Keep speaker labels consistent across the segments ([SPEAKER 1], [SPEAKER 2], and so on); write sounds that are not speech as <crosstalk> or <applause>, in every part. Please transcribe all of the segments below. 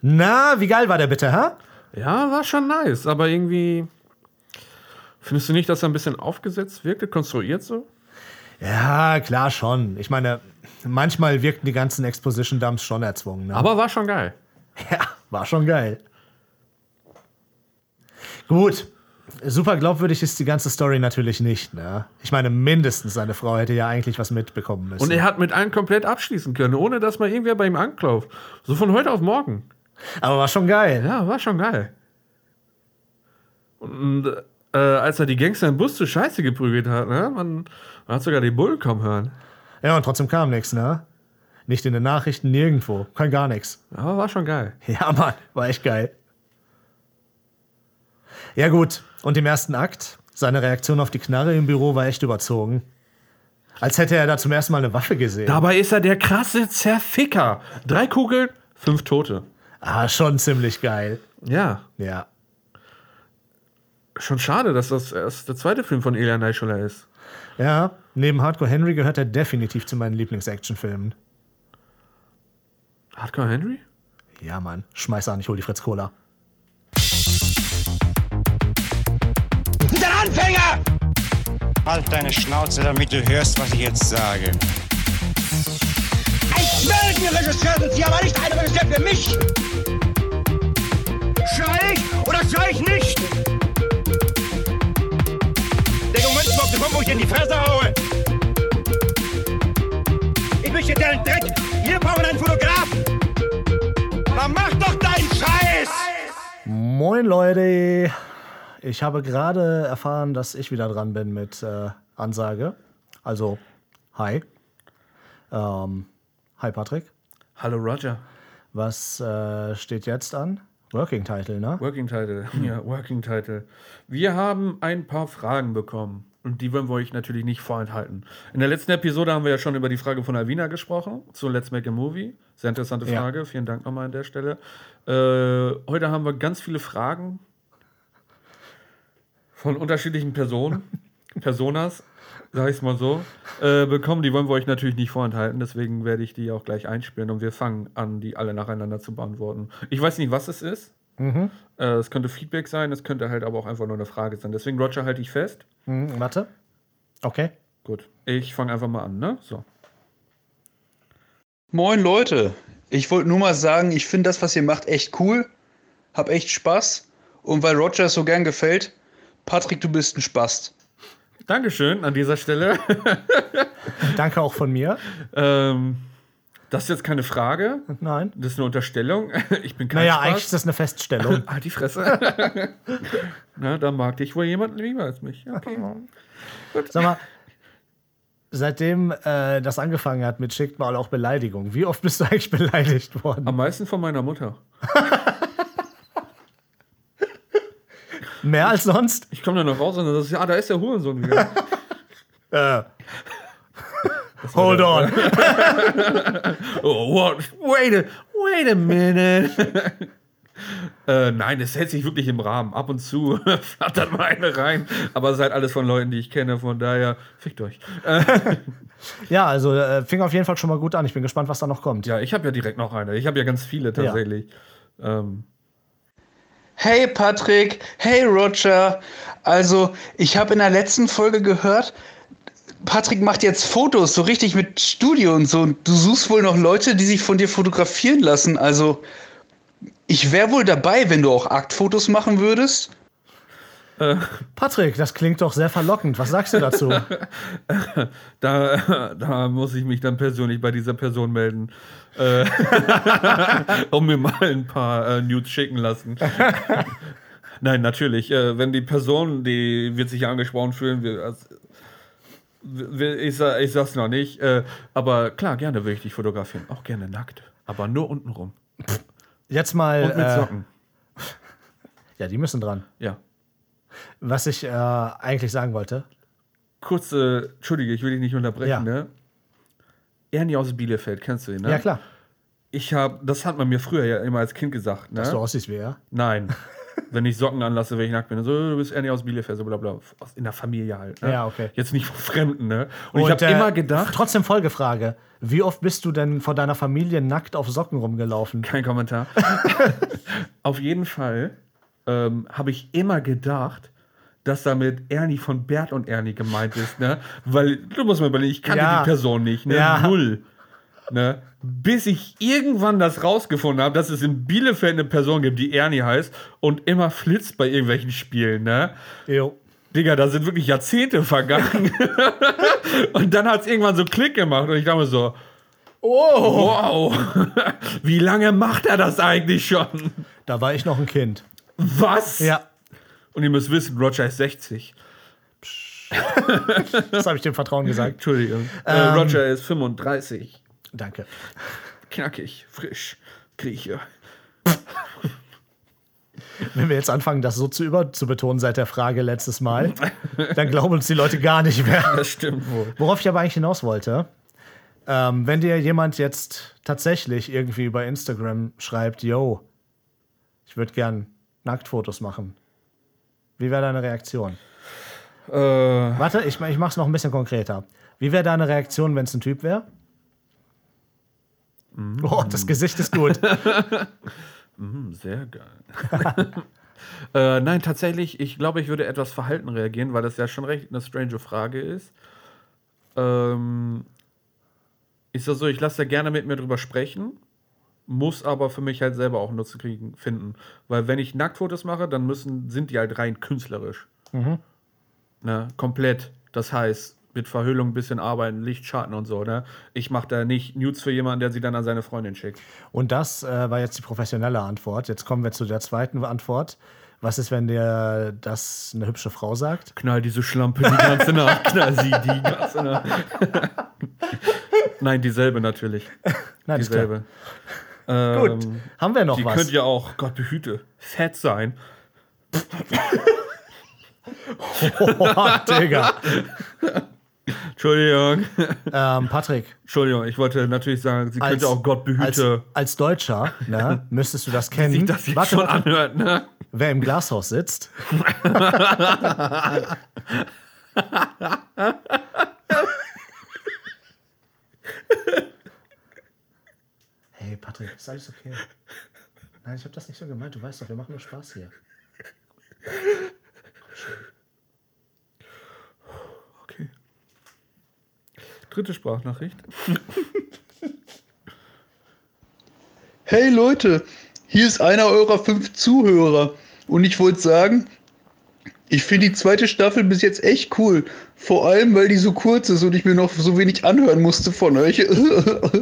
[SPEAKER 1] Na, wie geil war der bitte, hä?
[SPEAKER 2] Ja, war schon nice, aber irgendwie. Findest du nicht, dass er ein bisschen aufgesetzt wirkte, konstruiert so?
[SPEAKER 1] Ja, klar schon. Ich meine, manchmal wirkten die ganzen Exposition-Dumps schon erzwungen. Ne?
[SPEAKER 2] Aber war schon geil.
[SPEAKER 1] <laughs> Ja, war schon geil. Gut. Super glaubwürdig ist die ganze Story natürlich nicht, ne? Ich meine, mindestens seine Frau hätte ja eigentlich was mitbekommen müssen.
[SPEAKER 2] Und er hat mit allen komplett abschließen können, ohne dass mal irgendwer bei ihm anklauft. So von heute auf morgen.
[SPEAKER 1] Aber war schon geil.
[SPEAKER 2] Ja, war schon geil. Und äh, als er die Gangster im Bus zu Scheiße geprügelt hat, ne? Man, man hat sogar den Bullen kommen hören.
[SPEAKER 1] Ja, und trotzdem kam nichts, ne? Nicht in den Nachrichten, nirgendwo. Kein gar nichts.
[SPEAKER 2] Aber war schon geil.
[SPEAKER 1] Ja, Mann, war echt geil. Ja, gut. Und im ersten Akt, seine Reaktion auf die Knarre im Büro war echt überzogen. Als hätte er da zum ersten Mal eine Waffe gesehen.
[SPEAKER 2] Dabei ist er der krasse Zerficker. Drei Kugeln, fünf Tote.
[SPEAKER 1] Ah, schon ziemlich geil.
[SPEAKER 2] Ja,
[SPEAKER 1] Ja.
[SPEAKER 2] schon schade, dass das erst der zweite Film von Elia Neischuller ist.
[SPEAKER 1] Ja, neben Hardcore Henry gehört er definitiv zu meinen Lieblings-Action-Filmen.
[SPEAKER 2] Hardcore Henry?
[SPEAKER 1] Ja, Mann. Schmeiß an, ich hol die Fritz Cola.
[SPEAKER 3] Der Anfänger! Halt deine Schnauze, damit du hörst, was ich jetzt sage.
[SPEAKER 4] Ein Schmeldenregisseur sind Sie, aber nicht ein Regisseur für mich! Schrei ich oder schrei ich nicht?
[SPEAKER 3] Der Moment kommt, komm, wo ich dir in die Fresse haue!
[SPEAKER 4] Ich möchte deinen Dreck! Wir brauchen einen Fotografen!
[SPEAKER 3] Na mach doch deinen Scheiß!
[SPEAKER 1] Moin, Leute. Ich habe gerade erfahren, dass ich wieder dran bin mit äh, Ansage. Also, hi. Ähm, hi, Patrick.
[SPEAKER 2] Hallo Roger.
[SPEAKER 1] Was äh, steht jetzt an? Working Title, ne?
[SPEAKER 2] Working Title. Ja, Working Title. Wir haben ein paar Fragen bekommen. Und die wollen wir euch natürlich nicht vorenthalten. In der letzten Episode haben wir ja schon über die Frage von Alvina gesprochen, zu Let's Make a Movie. Sehr interessante
[SPEAKER 1] Ja.
[SPEAKER 2] Frage. Vielen Dank nochmal an der Stelle. Äh, heute haben wir ganz viele Fragen von unterschiedlichen Personen, Personas, sag ich mal so, äh, bekommen. Die wollen wir euch natürlich nicht vorenthalten, deswegen werde ich die auch gleich einspielen und wir fangen an, die alle nacheinander zu beantworten. Ich weiß nicht, was es ist. Äh, es könnte Feedback sein, es könnte halt aber auch einfach nur eine Frage sein. Deswegen, Roger, halte ich fest.
[SPEAKER 1] Hm, warte. Okay.
[SPEAKER 2] Gut, ich fange einfach mal an, ne? So.
[SPEAKER 5] Moin Leute, ich wollte nur mal sagen, ich finde das, was ihr macht, echt cool. Hab echt Spaß. Und weil Roger es so gern gefällt, Patrick, du bist ein Spast.
[SPEAKER 2] Dankeschön an
[SPEAKER 1] <laughs>
[SPEAKER 2] dieser Stelle.
[SPEAKER 1] Danke auch von mir.
[SPEAKER 2] ähm, das ist jetzt keine Frage,
[SPEAKER 1] Nein.
[SPEAKER 2] das ist eine Unterstellung. <laughs> ich bin kein
[SPEAKER 1] Naja,
[SPEAKER 2] Spaß.
[SPEAKER 1] eigentlich ist das eine Feststellung.
[SPEAKER 2] Halt die Fresse.
[SPEAKER 1] <laughs>
[SPEAKER 2] Na, da mag dich wohl jemand lieber als mich. Okay.
[SPEAKER 1] Sag mal, seitdem äh, das angefangen hat mit schickt mal auch Beleidigung. Wie oft bist du eigentlich beleidigt worden?
[SPEAKER 2] Am meisten von meiner Mutter.
[SPEAKER 1] Mehr als sonst?
[SPEAKER 2] Ich komme da noch raus und das ist, ja, da ist der Hurensohn wieder.
[SPEAKER 1] Äh. Hold on.
[SPEAKER 2] oh, what? Wait a, wait a minute. <laughs> äh, nein, das hält sich wirklich im Rahmen. Ab und zu <laughs> flattert mal eine rein. Aber seid alles von Leuten, die ich kenne. Von daher, fickt euch.
[SPEAKER 1] Ja, also äh, fing auf jeden Fall schon mal gut an. Ich bin gespannt, was da noch kommt.
[SPEAKER 2] Ja, ich habe ja direkt noch eine. Ich habe ja ganz viele tatsächlich. Ähm,
[SPEAKER 5] Hey Patrick, hey Roger. Also, ich habe in der letzten Folge gehört, Patrick macht jetzt Fotos, so richtig mit Studio und so. Und du suchst wohl noch Leute, die sich von dir fotografieren lassen. Also, ich wäre wohl dabei, wenn du auch Aktfotos machen würdest.
[SPEAKER 1] Patrick, das klingt doch sehr verlockend. Was sagst du
[SPEAKER 2] <laughs>
[SPEAKER 1] dazu?
[SPEAKER 2] Da, <laughs> da muss ich mich dann persönlich bei dieser Person melden,
[SPEAKER 1] <laughs>
[SPEAKER 2] äh, um mir mal ein paar äh, Nudes
[SPEAKER 1] <laughs>
[SPEAKER 2] schicken lassen. Nein, natürlich. Äh, wenn die Person, die wird sich ja angesprochen fühlen, wir, als- wir, ich, sag, ich sag's noch nicht, äh, aber klar, gerne will ich dich fotografieren. Auch gerne nackt, aber nur untenrum.
[SPEAKER 1] Jetzt mal.
[SPEAKER 2] Und mit
[SPEAKER 1] äh,
[SPEAKER 2] Socken.
[SPEAKER 1] ja, die müssen dran.
[SPEAKER 2] Ja.
[SPEAKER 1] Was ich äh, eigentlich sagen wollte.
[SPEAKER 2] Kurze, äh, Entschuldige, ich will dich nicht unterbrechen,
[SPEAKER 1] Ja.
[SPEAKER 2] ne? Ernie aus Bielefeld, kennst du ihn, ne?
[SPEAKER 1] Ja, klar.
[SPEAKER 2] Ich habe, das hat man mir früher ja immer als Kind gesagt, ne?
[SPEAKER 1] Dass du aussiehst wie er.
[SPEAKER 2] Nein. wenn ich Socken anlasse, wenn ich nackt bin, so, du bist Ernie aus Bielefeld, so bla bla, aus, in der Familie halt. Ne?
[SPEAKER 1] Ja, okay.
[SPEAKER 2] Jetzt nicht von Fremden, ne? Und, ich habe
[SPEAKER 1] äh,
[SPEAKER 2] immer gedacht, <laughs>
[SPEAKER 1] Trotzdem Folgefrage. Wie oft bist du denn vor deiner Familie nackt auf Socken rumgelaufen?
[SPEAKER 2] kein Kommentar. <laughs> Auf jeden Fall ähm, habe ich immer gedacht, dass damit Ernie von Bert und Ernie gemeint ist, ne? Weil, du musst mal überlegen, ich kannte
[SPEAKER 1] Ja.
[SPEAKER 2] die Person nicht, ne?
[SPEAKER 1] Ja.
[SPEAKER 2] Null. Ne? Bis ich irgendwann das rausgefunden habe, dass es in Bielefeld eine Person gibt, die Ernie heißt und immer flitzt bei irgendwelchen Spielen, ne?
[SPEAKER 1] Jo.
[SPEAKER 2] Digga, da sind wirklich Jahrzehnte <laughs> vergangen. und dann hat es irgendwann so Klick gemacht und ich dachte mir so, oh. wow, <laughs> wie lange macht er das eigentlich schon?
[SPEAKER 1] Da war ich noch ein Kind.
[SPEAKER 2] Was?
[SPEAKER 1] Ja,
[SPEAKER 2] Und ihr müsst wissen, Roger ist 60.
[SPEAKER 1] das habe ich dem Vertrauen gesagt.
[SPEAKER 2] Entschuldigung. äh, Roger ist 35.
[SPEAKER 1] Danke.
[SPEAKER 2] Knackig, frisch, Grieche.
[SPEAKER 1] Wenn wir jetzt anfangen, das so zu überzubetonen seit der Frage letztes Mal, dann glauben uns die Leute gar nicht mehr.
[SPEAKER 2] Das stimmt wohl.
[SPEAKER 1] Worauf ich aber eigentlich hinaus wollte, ähm, wenn dir jemand jetzt tatsächlich irgendwie über Instagram schreibt, yo, ich würde gern Nacktfotos machen. Wie wäre deine Reaktion?
[SPEAKER 2] Äh,
[SPEAKER 1] Warte, ich, ich mach's noch ein bisschen konkreter. Wie wäre deine Reaktion, wenn es ein Typ wäre?
[SPEAKER 2] Mhm.
[SPEAKER 1] Oh, das Gesicht ist gut.
[SPEAKER 2] sehr geil. <laughs> äh, nein, tatsächlich, ich glaube, ich würde etwas verhalten reagieren, weil das ja schon recht eine strange Frage ist. Ähm, ich sag so, ich lasse ja gerne mit mir drüber sprechen, muss aber für mich halt selber auch Nutzen kriegen, finden. Weil wenn ich Nacktfotos mache, dann müssen, sind die halt rein künstlerisch. Ne? Komplett. Das heißt, mit Verhüllung ein bisschen arbeiten, Lichtschatten und so, ne? Ich mache da nicht Nudes für jemanden, der sie dann an seine Freundin schickt.
[SPEAKER 1] Und das äh, war jetzt die professionelle Antwort. Jetzt kommen wir zu der zweiten Antwort. Was ist, wenn dir das eine hübsche Frau sagt?
[SPEAKER 2] Knall diese Schlampe die ganze Nacht, knall sie die ganze Nacht. Nein, dieselbe natürlich.
[SPEAKER 1] Nein, ist klar.
[SPEAKER 2] Dieselbe. Ähm,
[SPEAKER 1] Gut, haben wir noch
[SPEAKER 2] die
[SPEAKER 1] was? <laughs>
[SPEAKER 2] könnte ja auch, Gott behüte, fett sein.
[SPEAKER 1] Boah, Oh, Digga.
[SPEAKER 2] Entschuldigung.
[SPEAKER 1] Ähm, Patrick,
[SPEAKER 2] Entschuldigung, ich wollte natürlich sagen, sie könnte auch Gott
[SPEAKER 1] als,
[SPEAKER 2] behüte
[SPEAKER 1] als Deutscher ne, müsstest du
[SPEAKER 2] <laughs>
[SPEAKER 1] das kennen.
[SPEAKER 2] sich das jetzt
[SPEAKER 1] Warte,
[SPEAKER 2] schon
[SPEAKER 1] warte,
[SPEAKER 2] anhört, ne?
[SPEAKER 1] wer im Glashaus <laughs> sitzt. hey Patrick, ist alles okay? Nein, ich habe das nicht so gemeint. Du weißt doch, wir machen nur Spaß hier.
[SPEAKER 2] Okay. Dritte Sprachnachricht.
[SPEAKER 5] Hey Leute, hier ist einer eurer fünf Zuhörer. Und ich wollte sagen, ich finde die zweite Staffel bis jetzt echt cool. Vor allem, weil die so kurz ist und ich mir noch so wenig anhören musste von euch. <laughs>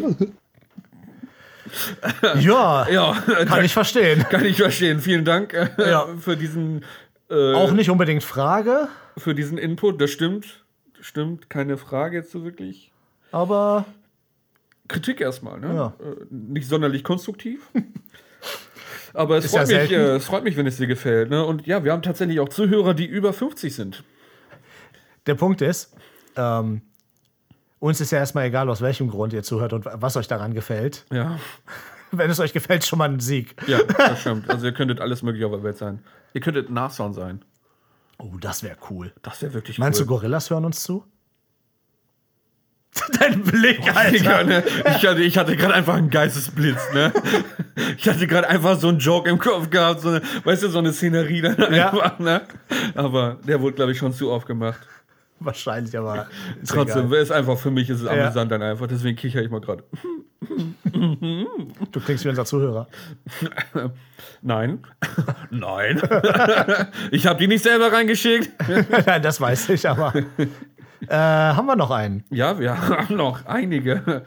[SPEAKER 1] Ja,
[SPEAKER 2] Ja, <laughs>
[SPEAKER 1] kann ich verstehen.
[SPEAKER 2] kann ich verstehen. Vielen Dank äh,
[SPEAKER 1] Ja.
[SPEAKER 2] für diesen äh,
[SPEAKER 1] Auch nicht unbedingt Frage,
[SPEAKER 2] für diesen Input. Das stimmt. Stimmt, keine Frage jetzt so wirklich.
[SPEAKER 1] aber
[SPEAKER 2] Kritik erstmal, ne?
[SPEAKER 1] Ja.
[SPEAKER 2] Äh, Nicht
[SPEAKER 1] <laughs>
[SPEAKER 2] sonderlich konstruktiv. Aber es
[SPEAKER 1] Ist
[SPEAKER 2] freut,
[SPEAKER 1] ja
[SPEAKER 2] mich,
[SPEAKER 1] selten.
[SPEAKER 2] äh, es freut mich, wenn es dir gefällt. Ne? Und ja, wir haben tatsächlich auch Zuhörer, die über 50 sind.
[SPEAKER 1] Der Punkt ist, ähm, uns ist ja erstmal egal, aus welchem Grund ihr zuhört und was euch daran gefällt.
[SPEAKER 2] Ja,
[SPEAKER 1] Wenn es euch gefällt, schon mal ein Sieg.
[SPEAKER 2] ja
[SPEAKER 1] <laughs>
[SPEAKER 2] das stimmt. Also ihr könntet alles mögliche auf der Welt sein. Ihr könntet Nashorn sein.
[SPEAKER 1] Oh, das wäre cool.
[SPEAKER 2] Das wäre wirklich
[SPEAKER 1] Meinst du,
[SPEAKER 2] cool.
[SPEAKER 1] Gorillas hören uns zu? Dein
[SPEAKER 2] <laughs>
[SPEAKER 1] Blick, Alter.
[SPEAKER 2] Digga, ne? Ich hatte, ich hatte gerade einfach einen Geistesblitz,
[SPEAKER 1] <laughs>
[SPEAKER 2] ne? Ich hatte gerade einfach so einen Joke im Kopf gehabt, so eine, weißt du, so eine Szenerie dann
[SPEAKER 1] Ja.
[SPEAKER 2] einfach, ne? Aber der wurde, glaube ich, schon zu oft gemacht.
[SPEAKER 1] <laughs> Wahrscheinlich, <laughs> aber ist
[SPEAKER 2] Trotzdem,
[SPEAKER 1] egal.
[SPEAKER 2] ist einfach für mich ist es amüsant dann einfach, deswegen kichere ich mal gerade.
[SPEAKER 1] Du klingst wie unser Zuhörer.
[SPEAKER 2] Nein. <laughs> Nein. <laughs> ich habe die nicht selber reingeschickt.
[SPEAKER 1] <laughs> Nein, das weiß ich, aber. <laughs> Äh, haben wir noch einen?
[SPEAKER 2] Ja, wir <laughs> haben noch einige.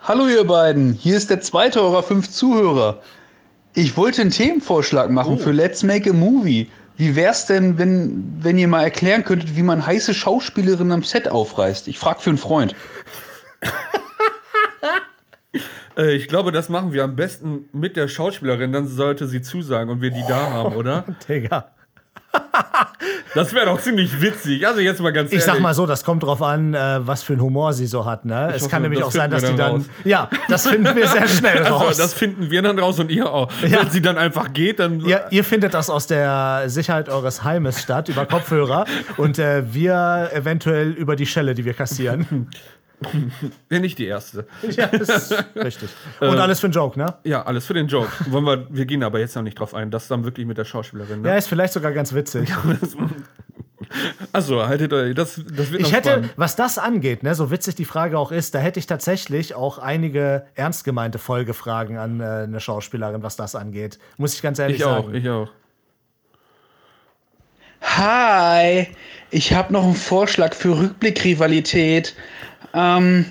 [SPEAKER 5] Hallo ihr beiden, hier ist der zweite eurer fünf Zuhörer. Ich wollte einen Themenvorschlag machen für Let's Make a Movie. Wie wär's denn, wenn, wenn ihr mal erklären könntet, wie man heiße Schauspielerinnen am Set aufreißt? Ich frag für einen Freund.
[SPEAKER 2] Äh, ich glaube, das machen wir am besten mit der Schauspielerin, dann sollte sie zusagen und wir die da haben, oder?
[SPEAKER 1] Digga.
[SPEAKER 2] Das wäre doch ziemlich witzig. Also jetzt mal ganz
[SPEAKER 1] Ich
[SPEAKER 2] ehrlich.
[SPEAKER 1] sag mal so, das kommt drauf an, äh, was für einen Humor sie so hat. Ne? es
[SPEAKER 2] hoffe,
[SPEAKER 1] kann nämlich
[SPEAKER 2] das
[SPEAKER 1] auch sein, dass
[SPEAKER 2] finden
[SPEAKER 1] die
[SPEAKER 2] wir dann
[SPEAKER 1] dann.
[SPEAKER 2] raus.
[SPEAKER 1] Ja, das finden wir <laughs> sehr schnell raus.
[SPEAKER 2] Also, das finden wir dann raus und ihr auch.
[SPEAKER 1] Ja.
[SPEAKER 2] Wenn sie dann einfach geht, dann.
[SPEAKER 1] Ihr, ihr findet das aus der Sicherheit eures Heimes statt, über <laughs> Kopfhörer und äh, wir eventuell über die Schelle, die wir kassieren.
[SPEAKER 2] Bin ich die Erste.
[SPEAKER 1] <laughs> ja, Äh. ist richtig. Und alles für einen Joke, ne?
[SPEAKER 2] Ja, alles für den Joke. Wollen wir, wir gehen aber jetzt noch nicht drauf ein. Das dann wirklich mit der Schauspielerin.
[SPEAKER 1] Ja,
[SPEAKER 2] Ne?
[SPEAKER 1] ist vielleicht sogar ganz witzig.
[SPEAKER 2] Also, haltet euch. Das, das wird noch
[SPEAKER 1] Ich hätte,
[SPEAKER 2] spannend.
[SPEAKER 1] was das angeht, ne, so witzig die Frage auch ist, da hätte ich tatsächlich auch einige ernst gemeinte Folgefragen an äh, eine Schauspielerin, was das angeht. Muss ich ganz ehrlich
[SPEAKER 2] Ich auch,
[SPEAKER 1] sagen.
[SPEAKER 2] ich auch.
[SPEAKER 5] Hi, ich habe noch einen Vorschlag für Rückblickrivalität. Ähm,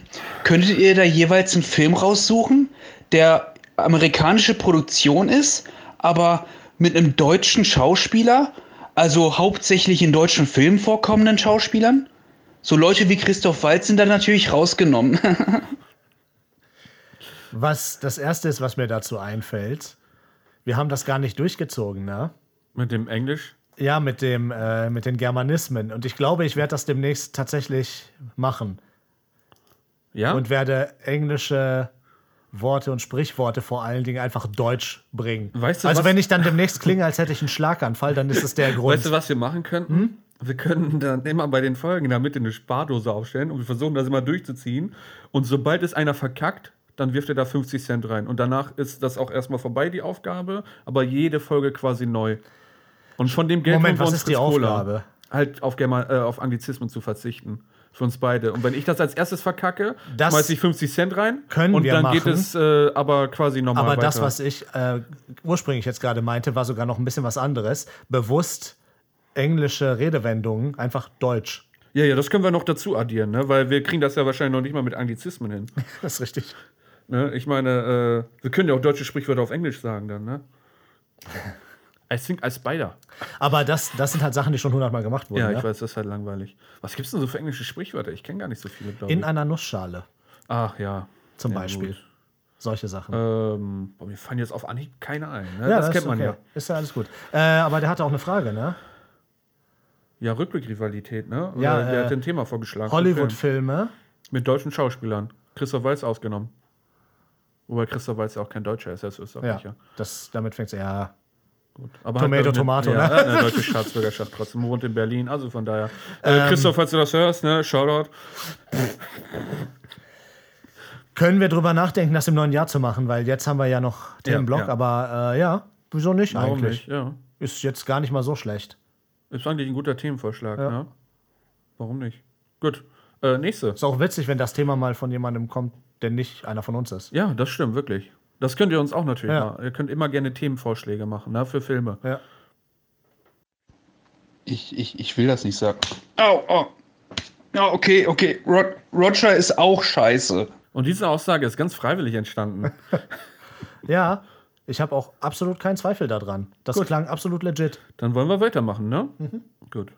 [SPEAKER 5] könntet ihr da jeweils einen Film raussuchen, der amerikanische Produktion ist, aber mit einem deutschen Schauspieler, also hauptsächlich in deutschen Filmen vorkommenden Schauspielern? So Leute wie Christoph Waltz sind da natürlich rausgenommen. <laughs>
[SPEAKER 1] Was das erste ist, was mir dazu einfällt, wir haben das gar nicht durchgezogen, ne?
[SPEAKER 2] Mit dem Englisch.
[SPEAKER 1] Ja, mit dem, äh, mit den Germanismen. Und ich glaube, ich werde das demnächst tatsächlich machen
[SPEAKER 2] Ja?
[SPEAKER 1] und werde englische Worte und Sprichworte vor allen Dingen einfach deutsch bringen.
[SPEAKER 2] Weißt du,
[SPEAKER 1] also
[SPEAKER 2] was-
[SPEAKER 1] wenn ich dann demnächst klinge, als hätte ich einen Schlaganfall, dann ist es
[SPEAKER 2] <laughs>
[SPEAKER 1] der Grund.
[SPEAKER 2] Weißt du, was wir machen könnten?
[SPEAKER 1] Hm?
[SPEAKER 2] Wir könnten <laughs> dann immer bei den Folgen damit in eine Spardose aufstellen und wir versuchen das immer durchzuziehen. Und sobald es einer verkackt, dann wirft er da 50 Cent rein. Und danach ist das auch erstmal vorbei, die Aufgabe, aber jede Folge quasi neu. Und von dem Geld
[SPEAKER 1] Moment,
[SPEAKER 2] holen wir
[SPEAKER 1] was
[SPEAKER 2] uns
[SPEAKER 1] ist die
[SPEAKER 2] Fritz Cola.
[SPEAKER 1] Aufgabe?
[SPEAKER 2] Halt auf, Germa äh, auf Anglizismen zu verzichten. Für uns beide. Und wenn ich das als erstes verkacke,
[SPEAKER 1] Das
[SPEAKER 2] schmeiß ich 50 Cent rein.
[SPEAKER 1] können
[SPEAKER 2] und
[SPEAKER 1] wir
[SPEAKER 2] dann geht
[SPEAKER 1] machen.
[SPEAKER 2] es äh, aber quasi normal
[SPEAKER 1] Aber
[SPEAKER 2] weiter.
[SPEAKER 1] das, was ich äh, ursprünglich jetzt gerade meinte, war sogar noch ein bisschen was anderes. Bewusst englische Redewendungen, einfach deutsch.
[SPEAKER 2] <laughs> ja, ja, das können wir noch dazu addieren, ne? weil wir kriegen das ja wahrscheinlich noch nicht mal mit Anglizismen hin.
[SPEAKER 1] Das ist richtig.
[SPEAKER 2] Ne? Ich meine, äh, wir können ja auch deutsche Sprichwörter auf Englisch sagen dann, ne? <laughs> I think I spider.
[SPEAKER 1] Aber das, das sind halt Sachen, die schon hundertmal gemacht wurden.
[SPEAKER 2] Ja,
[SPEAKER 1] ne?
[SPEAKER 2] ich weiß, das ist halt langweilig. Was gibt's denn so für englische Sprichwörter? Ich kenne gar nicht so viele, glaube
[SPEAKER 1] In
[SPEAKER 2] ich.
[SPEAKER 1] einer Nussschale
[SPEAKER 2] Ach ja.
[SPEAKER 1] zum
[SPEAKER 2] Ja,
[SPEAKER 1] Beispiel.
[SPEAKER 2] gut.
[SPEAKER 1] Solche Sachen.
[SPEAKER 2] Ähm, boah, mir fallen jetzt auf Anhieb keine ein. Ne?
[SPEAKER 1] Ja,
[SPEAKER 2] das, kennt
[SPEAKER 1] ist
[SPEAKER 2] man
[SPEAKER 1] okay.
[SPEAKER 2] ja.
[SPEAKER 1] Ist ja alles gut. Äh, aber der hatte auch eine Frage, ne?
[SPEAKER 2] Ja, Rückblick-Rivalität, ne?
[SPEAKER 1] Ja,
[SPEAKER 2] Oder der
[SPEAKER 1] äh,
[SPEAKER 2] hat ein Thema vorgeschlagen. Film.
[SPEAKER 1] Hollywood-Filme.
[SPEAKER 2] Mit deutschen Schauspielern. Christoph Walz ausgenommen. Wobei Christoph Walz ja auch kein Deutscher ist, er ist
[SPEAKER 1] Ja,
[SPEAKER 2] Österreicher.
[SPEAKER 1] das, damit fängt's ja.
[SPEAKER 2] Aber
[SPEAKER 1] Tomato,
[SPEAKER 2] hat,
[SPEAKER 1] Tomato,
[SPEAKER 2] ja,
[SPEAKER 1] ne?
[SPEAKER 2] er hat eine deutsche Staatsbürgerschaft trotzdem, wohnt in Berlin, also von daher. Äh,
[SPEAKER 1] Ähm,
[SPEAKER 2] Christoph, falls du das hörst, ne, Shoutout.
[SPEAKER 1] Können wir drüber nachdenken, das im neuen Jahr zu machen, weil jetzt haben wir ja noch Themenblock,
[SPEAKER 2] ja.
[SPEAKER 1] aber äh, ja, wieso nicht
[SPEAKER 2] Warum
[SPEAKER 1] eigentlich?
[SPEAKER 2] nicht? Ja.
[SPEAKER 1] Ist jetzt gar nicht mal so schlecht.
[SPEAKER 2] Ist eigentlich ein guter Themenvorschlag, ne? Warum nicht? Gut. Äh, nächste.
[SPEAKER 1] Ist auch witzig, wenn das Thema mal von jemandem kommt, der nicht einer von uns ist.
[SPEAKER 2] Ja, das stimmt, wirklich. Das könnt ihr uns auch natürlich
[SPEAKER 1] Ja.
[SPEAKER 2] mal. Ihr könnt immer gerne Themenvorschläge machen, ne, für Filme.
[SPEAKER 1] Ja.
[SPEAKER 5] Ich, ich, ich will das nicht sagen. Oh, oh. Ja, okay, okay. Ro- Roger ist auch scheiße.
[SPEAKER 2] Und diese Aussage ist ganz freiwillig
[SPEAKER 1] <laughs>
[SPEAKER 2] entstanden.
[SPEAKER 1] Ja, ich habe auch absolut keinen Zweifel daran. Das klang absolut legit.
[SPEAKER 2] Dann wollen wir weitermachen, ne?
[SPEAKER 1] Mhm.
[SPEAKER 2] Gut.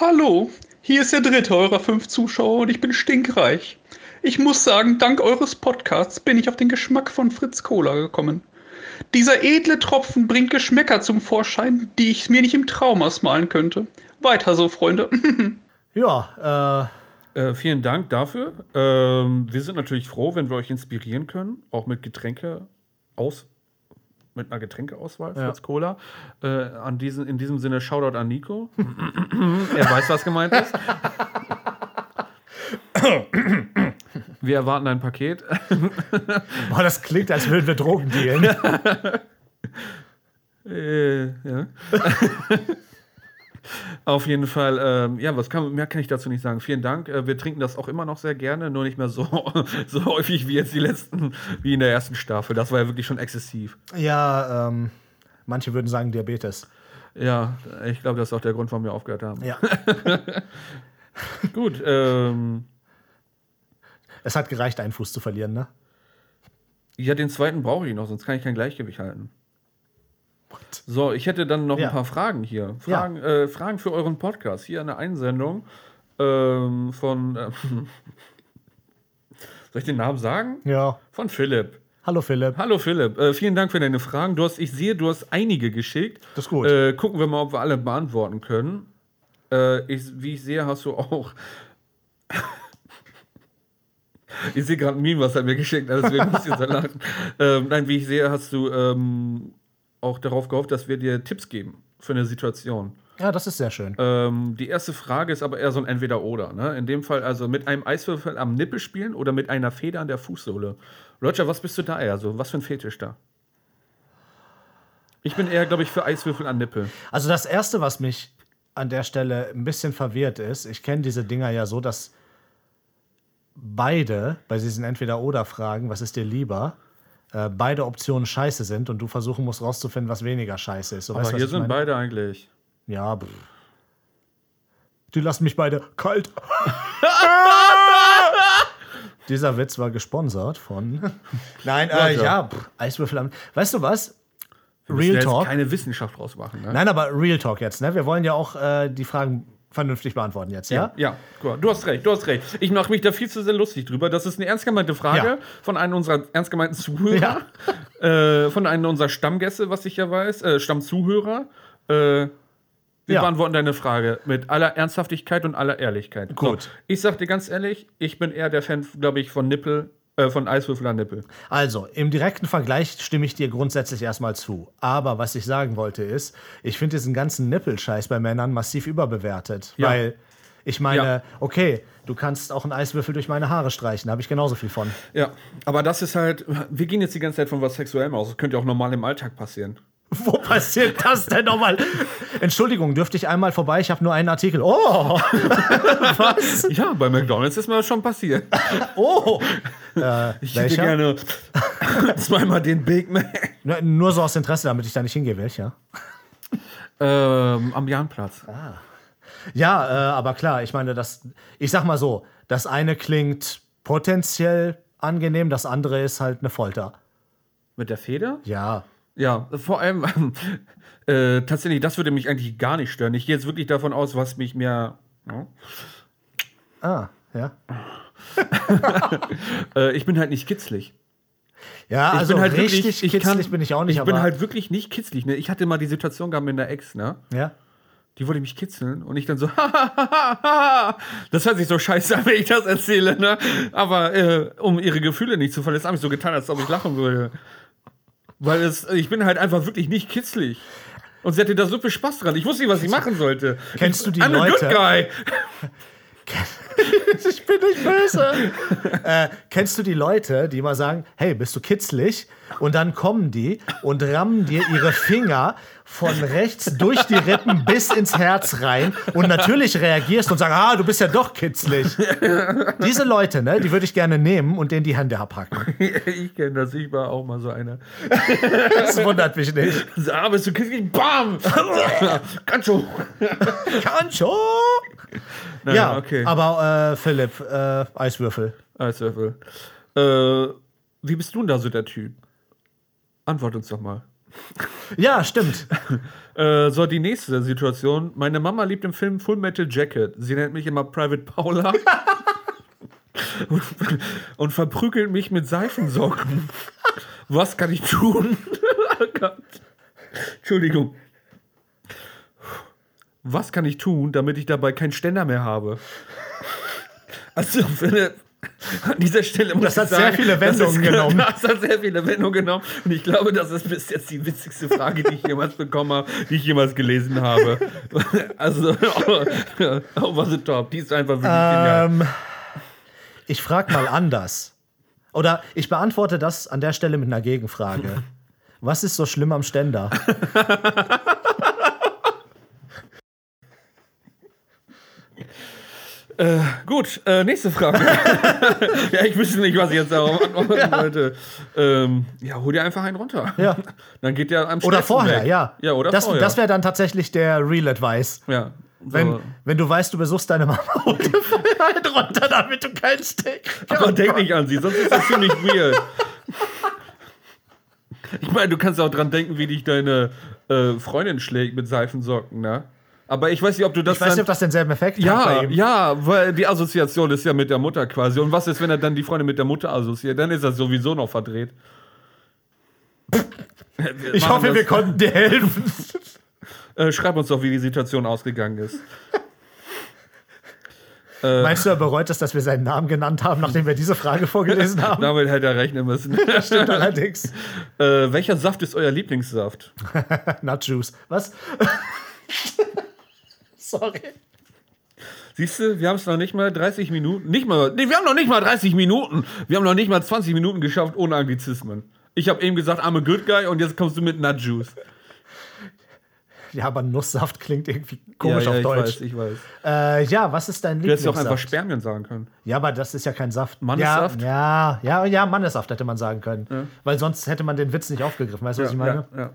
[SPEAKER 5] Hallo, hier ist der dritte eurer fünf Zuschauer und ich bin stinkreich. Ich muss sagen, dank eures Podcasts bin ich auf den Geschmack von Fritz Cola gekommen. Dieser edle Tropfen bringt Geschmäcker zum Vorschein, die ich mir nicht im Traum ausmalen könnte. Weiter so, Freunde.
[SPEAKER 1] Ja, äh,
[SPEAKER 2] Äh, vielen Dank dafür. Ähm, wir sind natürlich froh, wenn wir euch inspirieren können, auch mit Getränke aus, mit einer Getränkeauswahl, Fritz Cola. Äh, an diesen, in diesem Sinne Shoutout an Nico. er weiß, was gemeint ist. wir erwarten ein Paket.
[SPEAKER 1] boah, das klingt, als würden wir Drogen dealen. <laughs>
[SPEAKER 2] Äh, ja. <laughs> Auf jeden Fall, ähm, ja, was kann, mehr kann ich dazu nicht sagen. Vielen Dank. Äh, wir trinken das auch immer noch sehr gerne, nur nicht mehr so, <laughs> so häufig wie jetzt die letzten, wie in der ersten Staffel. Das war ja wirklich schon exzessiv.
[SPEAKER 1] Ja, ähm, manche würden sagen Diabetes.
[SPEAKER 2] Ja, ich glaube, das ist auch der Grund, warum wir aufgehört
[SPEAKER 1] <laughs>
[SPEAKER 2] haben.
[SPEAKER 1] Ja.
[SPEAKER 2] Gut, ähm,
[SPEAKER 1] Es hat gereicht, einen Fuß zu verlieren, ne?
[SPEAKER 2] ja, den zweiten brauche ich noch, sonst kann ich kein Gleichgewicht halten. So, ich hätte dann noch
[SPEAKER 1] Ja.
[SPEAKER 2] ein paar Fragen hier. Fragen, äh, Fragen für euren Podcast. Hier eine Einsendung ähm, von. Äh, <laughs> soll ich den Namen sagen?
[SPEAKER 1] Ja.
[SPEAKER 2] Von Philipp.
[SPEAKER 1] Hallo Philipp.
[SPEAKER 2] Hallo Philipp, äh, vielen Dank für deine Fragen. Du hast, ich sehe, du hast einige geschickt.
[SPEAKER 1] Das ist gut.
[SPEAKER 2] Äh, gucken wir mal, ob wir alle beantworten können. Äh, ich, wie ich sehe, hast du auch. <laughs> ich sehe gerade ein Meme, was er mir geschickt hat, deswegen muss ich
[SPEAKER 1] <laughs>
[SPEAKER 2] jetzt lachen. Ähm, nein, wie ich sehe, hast du ähm, auch darauf gehofft, dass wir dir Tipps geben für eine Situation.
[SPEAKER 1] Ja, das ist sehr schön.
[SPEAKER 2] Ähm, die erste Frage ist aber eher so ein Entweder-Oder. Ne? In dem Fall also mit einem Eiswürfel am Nippel spielen oder mit einer Feder an der Fußsohle. Roger, was bist du da eher so? Was für ein Fetisch da? Ich bin eher, glaube ich, für Eiswürfel an Nippel.
[SPEAKER 1] Also das Erste, was mich an der Stelle ein bisschen verwirrt ist, ich kenne diese Dinger ja so, dass beide bei diesen Entweder-Oder-Fragen, was ist dir lieber, äh, beide Optionen scheiße sind und du versuchen musst rauszufinden, was weniger scheiße ist. So,
[SPEAKER 2] Aber
[SPEAKER 1] weißt du, was
[SPEAKER 2] hier
[SPEAKER 1] ich
[SPEAKER 2] sind
[SPEAKER 1] meine?
[SPEAKER 2] beide eigentlich.
[SPEAKER 1] <laughs> Ja, pff. Die lassen mich beide kalt. Dieser Witz war gesponsert von. <laughs> Nein, äh,
[SPEAKER 2] Roger.
[SPEAKER 1] ja, pff, Eiswürfel am. Weißt du was?
[SPEAKER 2] Wir müssen
[SPEAKER 1] Real
[SPEAKER 2] ja jetzt
[SPEAKER 1] Talk.
[SPEAKER 2] keine Wissenschaft draus machen. Ne?
[SPEAKER 1] Nein, aber Real Talk jetzt, ne? Wir wollen ja auch äh, die Fragen vernünftig beantworten jetzt, ja?
[SPEAKER 2] Ja, cool. du hast recht, du hast recht. Ich mache mich da viel zu sehr lustig drüber. Das ist eine ernst gemeinte Frage
[SPEAKER 1] Ja.
[SPEAKER 2] von einem unserer ernst gemeinten Zuhörer, <laughs> äh, von einem unserer Stammgäste, was ich ja weiß, äh, Stammzuhörer. Äh, wir
[SPEAKER 1] Ja.
[SPEAKER 2] beantworten deine Frage mit aller Ernsthaftigkeit und aller Ehrlichkeit.
[SPEAKER 1] Gut.
[SPEAKER 2] So, ich sag dir ganz ehrlich, ich bin eher der Fan, glaube ich, von Nippel, äh, von Eiswürfel an Nippel.
[SPEAKER 1] Also, im direkten Vergleich stimme ich dir grundsätzlich erstmal zu. Aber was ich sagen wollte ist, ich finde diesen ganzen Nippelscheiß bei Männern massiv überbewertet.
[SPEAKER 2] Ja.
[SPEAKER 1] Weil ich meine,
[SPEAKER 2] Ja.
[SPEAKER 1] okay, du kannst auch einen Eiswürfel durch meine Haare streichen, da habe ich genauso viel von.
[SPEAKER 2] Ja, aber das ist halt, wir gehen jetzt die ganze Zeit von was Sexuellem aus. Das könnte ja auch normal im Alltag passieren.
[SPEAKER 1] <laughs> Wo passiert das denn nochmal? Entschuldigung, dürfte ich einmal vorbei? Ich habe nur einen Artikel. Oh! Was?
[SPEAKER 2] Ja, bei McDonalds ist mir das schon passiert.
[SPEAKER 1] Oh!
[SPEAKER 2] Ich
[SPEAKER 1] Welcher?
[SPEAKER 2] hätte <laughs> gerne zweimal den Big Mac.
[SPEAKER 1] Nur- Ne, Nur so aus Interesse, damit ich da nicht hingehe, welcher?
[SPEAKER 2] Ähm, am Jahnplatz.
[SPEAKER 1] Ja, äh, aber klar, ich meine, das, ich sag mal so, das eine klingt potenziell angenehm, das andere ist halt eine Folter.
[SPEAKER 2] Mit der Feder?
[SPEAKER 1] Ja.
[SPEAKER 2] Ja, vor allem, äh, tatsächlich, das würde mich eigentlich gar nicht stören. Ich gehe jetzt wirklich davon aus, was mich mehr. ne? Ja.
[SPEAKER 1] Ah, ja.
[SPEAKER 2] Äh, ich bin halt nicht kitzlig.
[SPEAKER 1] Ja,
[SPEAKER 2] Ich
[SPEAKER 1] also
[SPEAKER 2] bin halt
[SPEAKER 1] richtig
[SPEAKER 2] wirklich,
[SPEAKER 1] kitzlig
[SPEAKER 2] kann-
[SPEAKER 1] bin ich auch nicht,
[SPEAKER 2] Ich
[SPEAKER 1] aber
[SPEAKER 2] bin halt wirklich nicht kitzlig. Ne? Ich hatte mal die Situation gehabt mit einer Ex, ne?
[SPEAKER 1] ja. <laughs>
[SPEAKER 2] Die wollte mich kitzeln und ich dann so, <laughs> das hört sich so scheiße an, wenn ich das erzähle, ne? Aber äh, um ihre Gefühle nicht zu verletzen, habe ich so getan, als ob ich lachen würde. Weil es, ich bin halt einfach wirklich nicht kitzlig. Und sie hatte da so viel Spaß dran. Ich wusste nicht, was ich machen sollte.
[SPEAKER 1] Kennst du die
[SPEAKER 2] I'm a
[SPEAKER 1] Leute?
[SPEAKER 2] good guy.
[SPEAKER 1] Ich bin nicht
[SPEAKER 2] <laughs>
[SPEAKER 1] böse. äh, kennst du die Leute, die immer sagen, hey, bist du kitzlig? Und dann kommen die und rammen dir ihre Finger von rechts durch die Rippen bis ins Herz rein und natürlich reagierst und sagst, ah, du bist ja doch
[SPEAKER 2] <laughs>
[SPEAKER 1] kitzlig. Diese Leute, ne, die würde ich gerne nehmen und denen die Hände abhacken.
[SPEAKER 2] <laughs> ich kenne das, ich war auch mal so einer.
[SPEAKER 1] Das wundert mich nicht.
[SPEAKER 2] So, Ah, bist du kitzlig? Bam! <laughs> Ganz schon.
[SPEAKER 1] Kancho!
[SPEAKER 2] Naja,
[SPEAKER 1] Ja, aber äh, Philipp, äh, Eiswürfel.
[SPEAKER 2] Eiswürfel. Äh, wie bist du denn da so der Typ? Antwort uns doch mal.
[SPEAKER 1] Ja, stimmt.
[SPEAKER 2] Äh, so, die nächste Situation. Meine Mama liebt den Film Full Metal Jacket. Sie nennt mich immer
[SPEAKER 1] <laughs>
[SPEAKER 2] Private Paula. und, und verprügelt mich mit Seifensocken. Was kann ich tun? oh Gott. Entschuldigung. Was kann ich tun, damit ich dabei keinen Ständer mehr habe? Also, Philipp, an dieser Stelle muss
[SPEAKER 1] Das
[SPEAKER 2] ich
[SPEAKER 1] hat sehr
[SPEAKER 2] sagen,
[SPEAKER 1] viele
[SPEAKER 2] das
[SPEAKER 1] Wendungen
[SPEAKER 2] ist,
[SPEAKER 1] genommen.
[SPEAKER 2] Das hat sehr viele Wendungen genommen. Und ich glaube, das ist bis jetzt die witzigste Frage, die ich jemals bekommen habe, die ich jemals gelesen habe. Also, over the top. Die ist einfach wirklich <laughs> genial.
[SPEAKER 1] Ähm, ich frage mal anders. Oder ich beantworte das an der Stelle mit einer
[SPEAKER 2] <laughs>
[SPEAKER 1] Gegenfrage. Was ist so schlimm am Ständer?
[SPEAKER 2] Gut, äh,
[SPEAKER 1] <laughs>
[SPEAKER 2] nächste Frage. ja, ich wüsste nicht, was ich jetzt darauf antworten wollte. Ähm, ja, hol dir einfach einen runter.
[SPEAKER 1] Ja.
[SPEAKER 2] Dann geht der am
[SPEAKER 1] Oder
[SPEAKER 2] schnellsten
[SPEAKER 1] vorher,
[SPEAKER 2] weg.
[SPEAKER 1] ja.
[SPEAKER 2] Ja, oder
[SPEAKER 1] das
[SPEAKER 2] vorher.
[SPEAKER 1] das wäre dann tatsächlich der Real Advice.
[SPEAKER 2] ja. So.
[SPEAKER 1] Wenn, wenn du weißt, du besuchst deine Mama, <laughs> hol dir vorher einen runter, damit du keinen Steak.
[SPEAKER 2] <laughs> Aber denk nicht an sie, sonst ist das ziemlich weird. Ich meine, du kannst auch dran denken, wie dich deine äh, Freundin schlägt mit Seifensocken, ne? Aber ich weiß nicht, ob du das
[SPEAKER 1] Ich weiß nicht,
[SPEAKER 2] dann-
[SPEAKER 1] ob das denselben Effekt hat bei
[SPEAKER 2] ja,
[SPEAKER 1] ihm.
[SPEAKER 2] ja, weil die Assoziation ist ja mit der Mutter quasi. Und was ist, wenn er dann die Freundin mit der Mutter assoziiert? Dann ist er sowieso noch verdreht.
[SPEAKER 1] Ich
[SPEAKER 2] machen
[SPEAKER 1] hoffe,
[SPEAKER 2] das.
[SPEAKER 1] wir konnten dir helfen.
[SPEAKER 2] Äh, schreib uns doch, wie die Situation ausgegangen ist. äh,
[SPEAKER 1] Meinst du, er bereut es, dass wir seinen Namen genannt haben, nachdem wir diese Frage
[SPEAKER 2] <laughs>
[SPEAKER 1] vorgelesen haben?
[SPEAKER 2] damit hätte er rechnen
[SPEAKER 1] <laughs>
[SPEAKER 2] müssen.
[SPEAKER 1] Stimmt allerdings.
[SPEAKER 2] äh, welcher Saft ist euer Lieblingssaft?
[SPEAKER 1] Nut Juice. Was? <laughs> Sorry.
[SPEAKER 2] Siehst du, wir haben es noch nicht mal 30 Minuten. Nicht mal. Nee, wir haben noch nicht mal 30 Minuten. Wir haben noch nicht mal 20 Minuten geschafft ohne Anglizismen. Ich habe eben gesagt, I'm a good guy und jetzt kommst du mit Nut Juice.
[SPEAKER 1] Ja, aber Nusssaft klingt irgendwie komisch
[SPEAKER 2] ja, ja,
[SPEAKER 1] auf
[SPEAKER 2] ich
[SPEAKER 1] Deutsch.
[SPEAKER 2] Weiß, ich weiß.
[SPEAKER 1] Äh, ja, was ist dein
[SPEAKER 2] Du hättest ja auch einfach
[SPEAKER 1] Lieblingssaft?
[SPEAKER 2] Spermien sagen können.
[SPEAKER 1] Ja, aber das ist ja kein Saft.
[SPEAKER 2] Mannesaft?
[SPEAKER 1] Ja, ja, ja, ja, Mannesaft hätte man sagen können. Weil sonst hätte man den Witz nicht aufgegriffen. Weißt du, was ich meine?
[SPEAKER 2] Ja,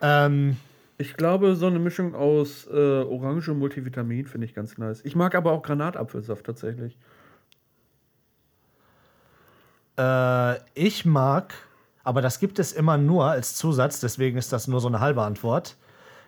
[SPEAKER 2] ja.
[SPEAKER 1] Ähm,
[SPEAKER 2] Ich glaube, so eine Mischung aus äh, Orange und Multivitamin finde ich ganz nice. Ich mag aber auch Granatapfelsaft tatsächlich.
[SPEAKER 1] äh, ich mag, aber das gibt es immer nur als Zusatz, deswegen ist das nur so eine halbe Antwort.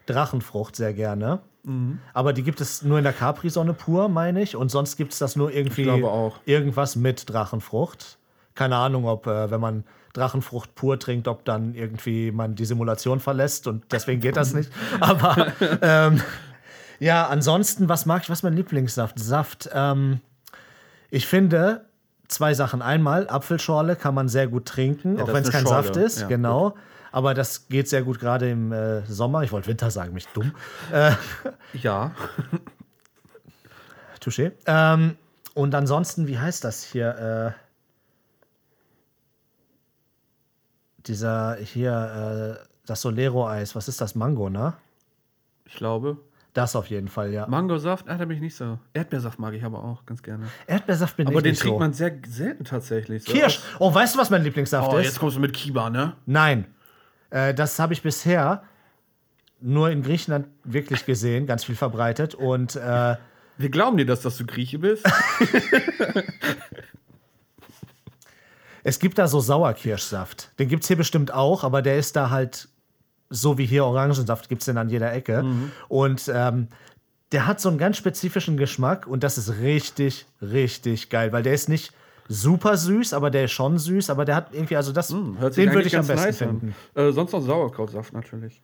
[SPEAKER 1] Drachenfrucht sehr gerne.
[SPEAKER 2] Mhm.
[SPEAKER 1] Aber die gibt es nur in der Capri-Sonne pur, meine ich. Und sonst gibt es das nur irgendwie
[SPEAKER 2] glaube auch.
[SPEAKER 1] irgendwas mit Drachenfrucht. Keine Ahnung, ob, äh, wenn man Drachenfrucht pur trinkt, ob dann irgendwie man die Simulation verlässt und deswegen geht das
[SPEAKER 2] <laughs>
[SPEAKER 1] nicht. Aber ähm, ja, ansonsten, was mag ich, was ist mein Lieblingssaft? Saft. Ähm, ich finde zwei Sachen. Einmal, Apfelschorle kann man sehr gut trinken, auch
[SPEAKER 2] das
[SPEAKER 1] wenn es
[SPEAKER 2] ist eine
[SPEAKER 1] kein
[SPEAKER 2] Schorle.
[SPEAKER 1] Saft ist.
[SPEAKER 2] Ja,
[SPEAKER 1] genau. Aber das geht sehr gut gerade im äh, Sommer. Ich wollte Winter sagen, mich dumm. Äh,
[SPEAKER 2] Ja.
[SPEAKER 1] Touché. Ähm, und ansonsten, wie heißt das hier? Äh, dieser hier, äh, das Solero-Eis. Was ist das? Mango, ne?
[SPEAKER 2] Ich glaube.
[SPEAKER 1] Das auf jeden Fall, ja.
[SPEAKER 2] Mangosaft, ah, da bin ich nicht so. Erdbeersaft mag ich aber auch ganz gerne.
[SPEAKER 1] Erdbeersaft bin
[SPEAKER 2] Aber
[SPEAKER 1] ich
[SPEAKER 2] den
[SPEAKER 1] nicht
[SPEAKER 2] trinkt
[SPEAKER 1] so.
[SPEAKER 2] man sehr selten tatsächlich. So.
[SPEAKER 1] Kirsch. Oh, weißt du, was mein Lieblingssaft
[SPEAKER 2] Oh,
[SPEAKER 1] ist?
[SPEAKER 2] jetzt kommst du mit Kiba, ne?
[SPEAKER 1] Nein. Äh, das habe ich bisher nur in Griechenland wirklich gesehen, ganz viel verbreitet. Und äh,
[SPEAKER 2] Wir glauben dir das, dass du Grieche bist.
[SPEAKER 1] es gibt da so Sauerkirschsaft. Den gibt es hier bestimmt auch, aber der ist da halt so wie hier Orangensaft, gibt es den an jeder Ecke.
[SPEAKER 2] Mhm.
[SPEAKER 1] Und ähm, der hat so einen ganz spezifischen Geschmack und das ist richtig, richtig geil, weil der ist nicht super süß, aber der ist schon süß, aber der hat irgendwie, also das,
[SPEAKER 2] Hm, Mhm, Hört sich
[SPEAKER 1] den würde
[SPEAKER 2] eigentlich
[SPEAKER 1] ich am
[SPEAKER 2] ganz
[SPEAKER 1] besten
[SPEAKER 2] nice an.
[SPEAKER 1] finden.
[SPEAKER 2] Äh, sonst noch Sauerkrautsaft natürlich.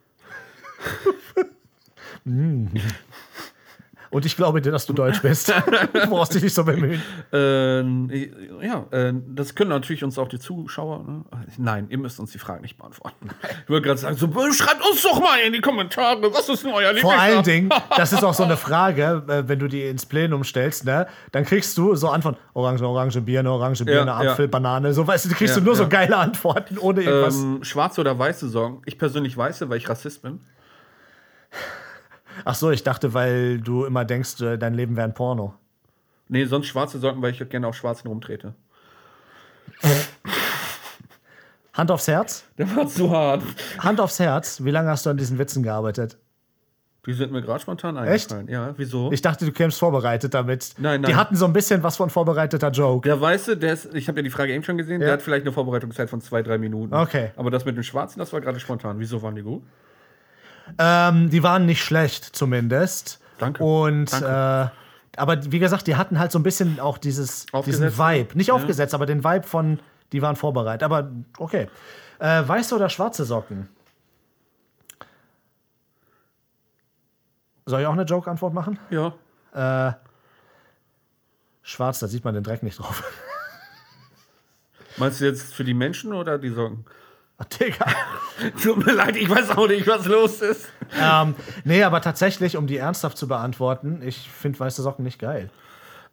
[SPEAKER 1] Und ich glaube dir, dass du deutsch
[SPEAKER 2] <laughs>
[SPEAKER 1] bist. du brauchst dich nicht so bemühen.
[SPEAKER 2] Ähm, ja, äh, das können natürlich uns auch die Zuschauer. Ne? Nein, ihr müsst uns die Fragen
[SPEAKER 1] <laughs>
[SPEAKER 2] nicht beantworten. Ich würde gerade sagen, so, äh, schreibt uns doch mal in die Kommentare, was ist denn euer
[SPEAKER 1] Vor
[SPEAKER 2] Lieblingssaft?
[SPEAKER 1] allen Dingen, das ist auch so eine Frage, äh, wenn du die ins Plenum stellst, ne, dann kriegst du so Antworten: Orange, Orange, Birne, Orange, Birne,
[SPEAKER 2] Ja, ja.
[SPEAKER 1] Apfel, Banane, so weißt du, du kriegst
[SPEAKER 2] Ja,
[SPEAKER 1] du nur so
[SPEAKER 2] ja.
[SPEAKER 1] geile Antworten ohne irgendwas.
[SPEAKER 2] <laughs> Ähm, schwarze oder weiße Sorgen? Ich persönlich weiße, weil ich Rassist bin.
[SPEAKER 1] Ach so, ich dachte, weil du immer denkst, äh, dein Leben wäre ein Porno.
[SPEAKER 2] Nee, sonst schwarze Socken, weil ich gerne auf Schwarzen rumtrete.
[SPEAKER 1] Hand aufs Herz,
[SPEAKER 2] Der war zu hart.
[SPEAKER 1] Hand aufs Herz, wie lange hast du an diesen Witzen gearbeitet?
[SPEAKER 2] Die sind mir gerade spontan eingefallen. Ja, wieso?
[SPEAKER 1] Ich dachte, du kämst vorbereitet damit.
[SPEAKER 2] Nein,
[SPEAKER 1] Die
[SPEAKER 2] nein.
[SPEAKER 1] hatten so ein bisschen was von vorbereiteter Joke.
[SPEAKER 2] der Weiße, der ist, ich habe ja die Frage eben schon gesehen,
[SPEAKER 1] Ja.
[SPEAKER 2] der hat vielleicht eine Vorbereitungszeit von zwei, drei Minuten.
[SPEAKER 1] Okay.
[SPEAKER 2] Aber das mit dem Schwarzen, das war gerade spontan. Wieso waren die gut?
[SPEAKER 1] Ähm, die waren nicht schlecht, zumindest.
[SPEAKER 2] Danke.
[SPEAKER 1] Und
[SPEAKER 2] Danke.
[SPEAKER 1] Äh, aber wie gesagt, die hatten halt so ein bisschen auch dieses, diesen
[SPEAKER 2] Aufgesetzt?
[SPEAKER 1] Vibe. Nicht aufgesetzt, aber den Vibe von, die waren vorbereitet. Aber okay. Äh, weiße oder schwarze Socken? Soll ich auch eine Joke-Antwort machen?
[SPEAKER 2] Ja.
[SPEAKER 1] Schwarz, da sieht man den Dreck nicht drauf. <laughs>
[SPEAKER 2] Meinst du jetzt für die Menschen oder die Socken? <laughs>
[SPEAKER 1] Ach, Digga.
[SPEAKER 2] Tut mir leid, ich weiß auch nicht, was los ist.
[SPEAKER 1] ähm, nee, aber tatsächlich, um die ernsthaft zu beantworten, ich finde weiße Socken nicht geil.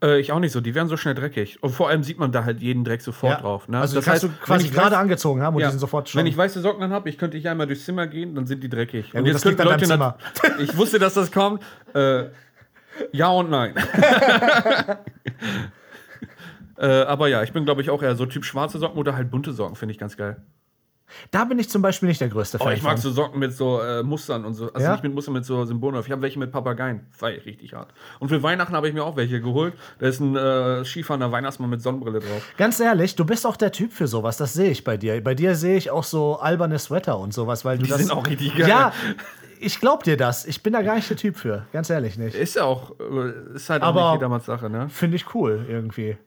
[SPEAKER 2] Äh, ich auch nicht so. Die werden so schnell dreckig. Und vor allem sieht man da halt jeden Dreck sofort
[SPEAKER 1] Ja.
[SPEAKER 2] drauf. Ne?
[SPEAKER 1] Also die kannst du quasi
[SPEAKER 2] wenn ich
[SPEAKER 1] gerade
[SPEAKER 2] weiß-
[SPEAKER 1] angezogen haben und
[SPEAKER 2] Ja.
[SPEAKER 1] die sind sofort schon.
[SPEAKER 2] Wenn ich weiße Socken an habe, ich könnte hier einmal durchs Zimmer gehen, dann sind die dreckig.
[SPEAKER 1] gut, das liegt an
[SPEAKER 2] könnten
[SPEAKER 1] deinem
[SPEAKER 2] nat- ich wusste, dass das kommt. Äh, ja
[SPEAKER 1] <laughs>
[SPEAKER 2] und nein. äh, aber ja, ich bin, glaube ich, auch eher so Typ schwarze Socken oder halt bunte Socken, finde ich ganz geil.
[SPEAKER 1] da bin ich zum Beispiel nicht der größte Fan.
[SPEAKER 2] Oh, ich mag
[SPEAKER 1] von.
[SPEAKER 2] so Socken mit so äh, Mustern und so. Also
[SPEAKER 1] Ja?
[SPEAKER 2] nicht mit Mustern, mit so Symbolen. Ich habe welche mit Papageien. Feier ich richtig hart. Und für Weihnachten habe ich mir auch welche geholt. Da ist ein äh, Skifahrender Weihnachtsmann mit Sonnenbrille drauf.
[SPEAKER 1] Ganz ehrlich, du bist auch der Typ für sowas, das sehe ich bei dir. Bei dir sehe ich auch so alberne Sweater und sowas, weil du
[SPEAKER 2] Die
[SPEAKER 1] das.
[SPEAKER 2] sind auch richtig geil.
[SPEAKER 1] Ja, ich glaub dir das. Ich bin da gar nicht der Typ für. Ganz ehrlich nicht.
[SPEAKER 2] Ist ja auch, äh, ist halt auch
[SPEAKER 1] Aber-
[SPEAKER 2] nicht jedermanns Sache, ne?
[SPEAKER 1] Finde ich cool irgendwie.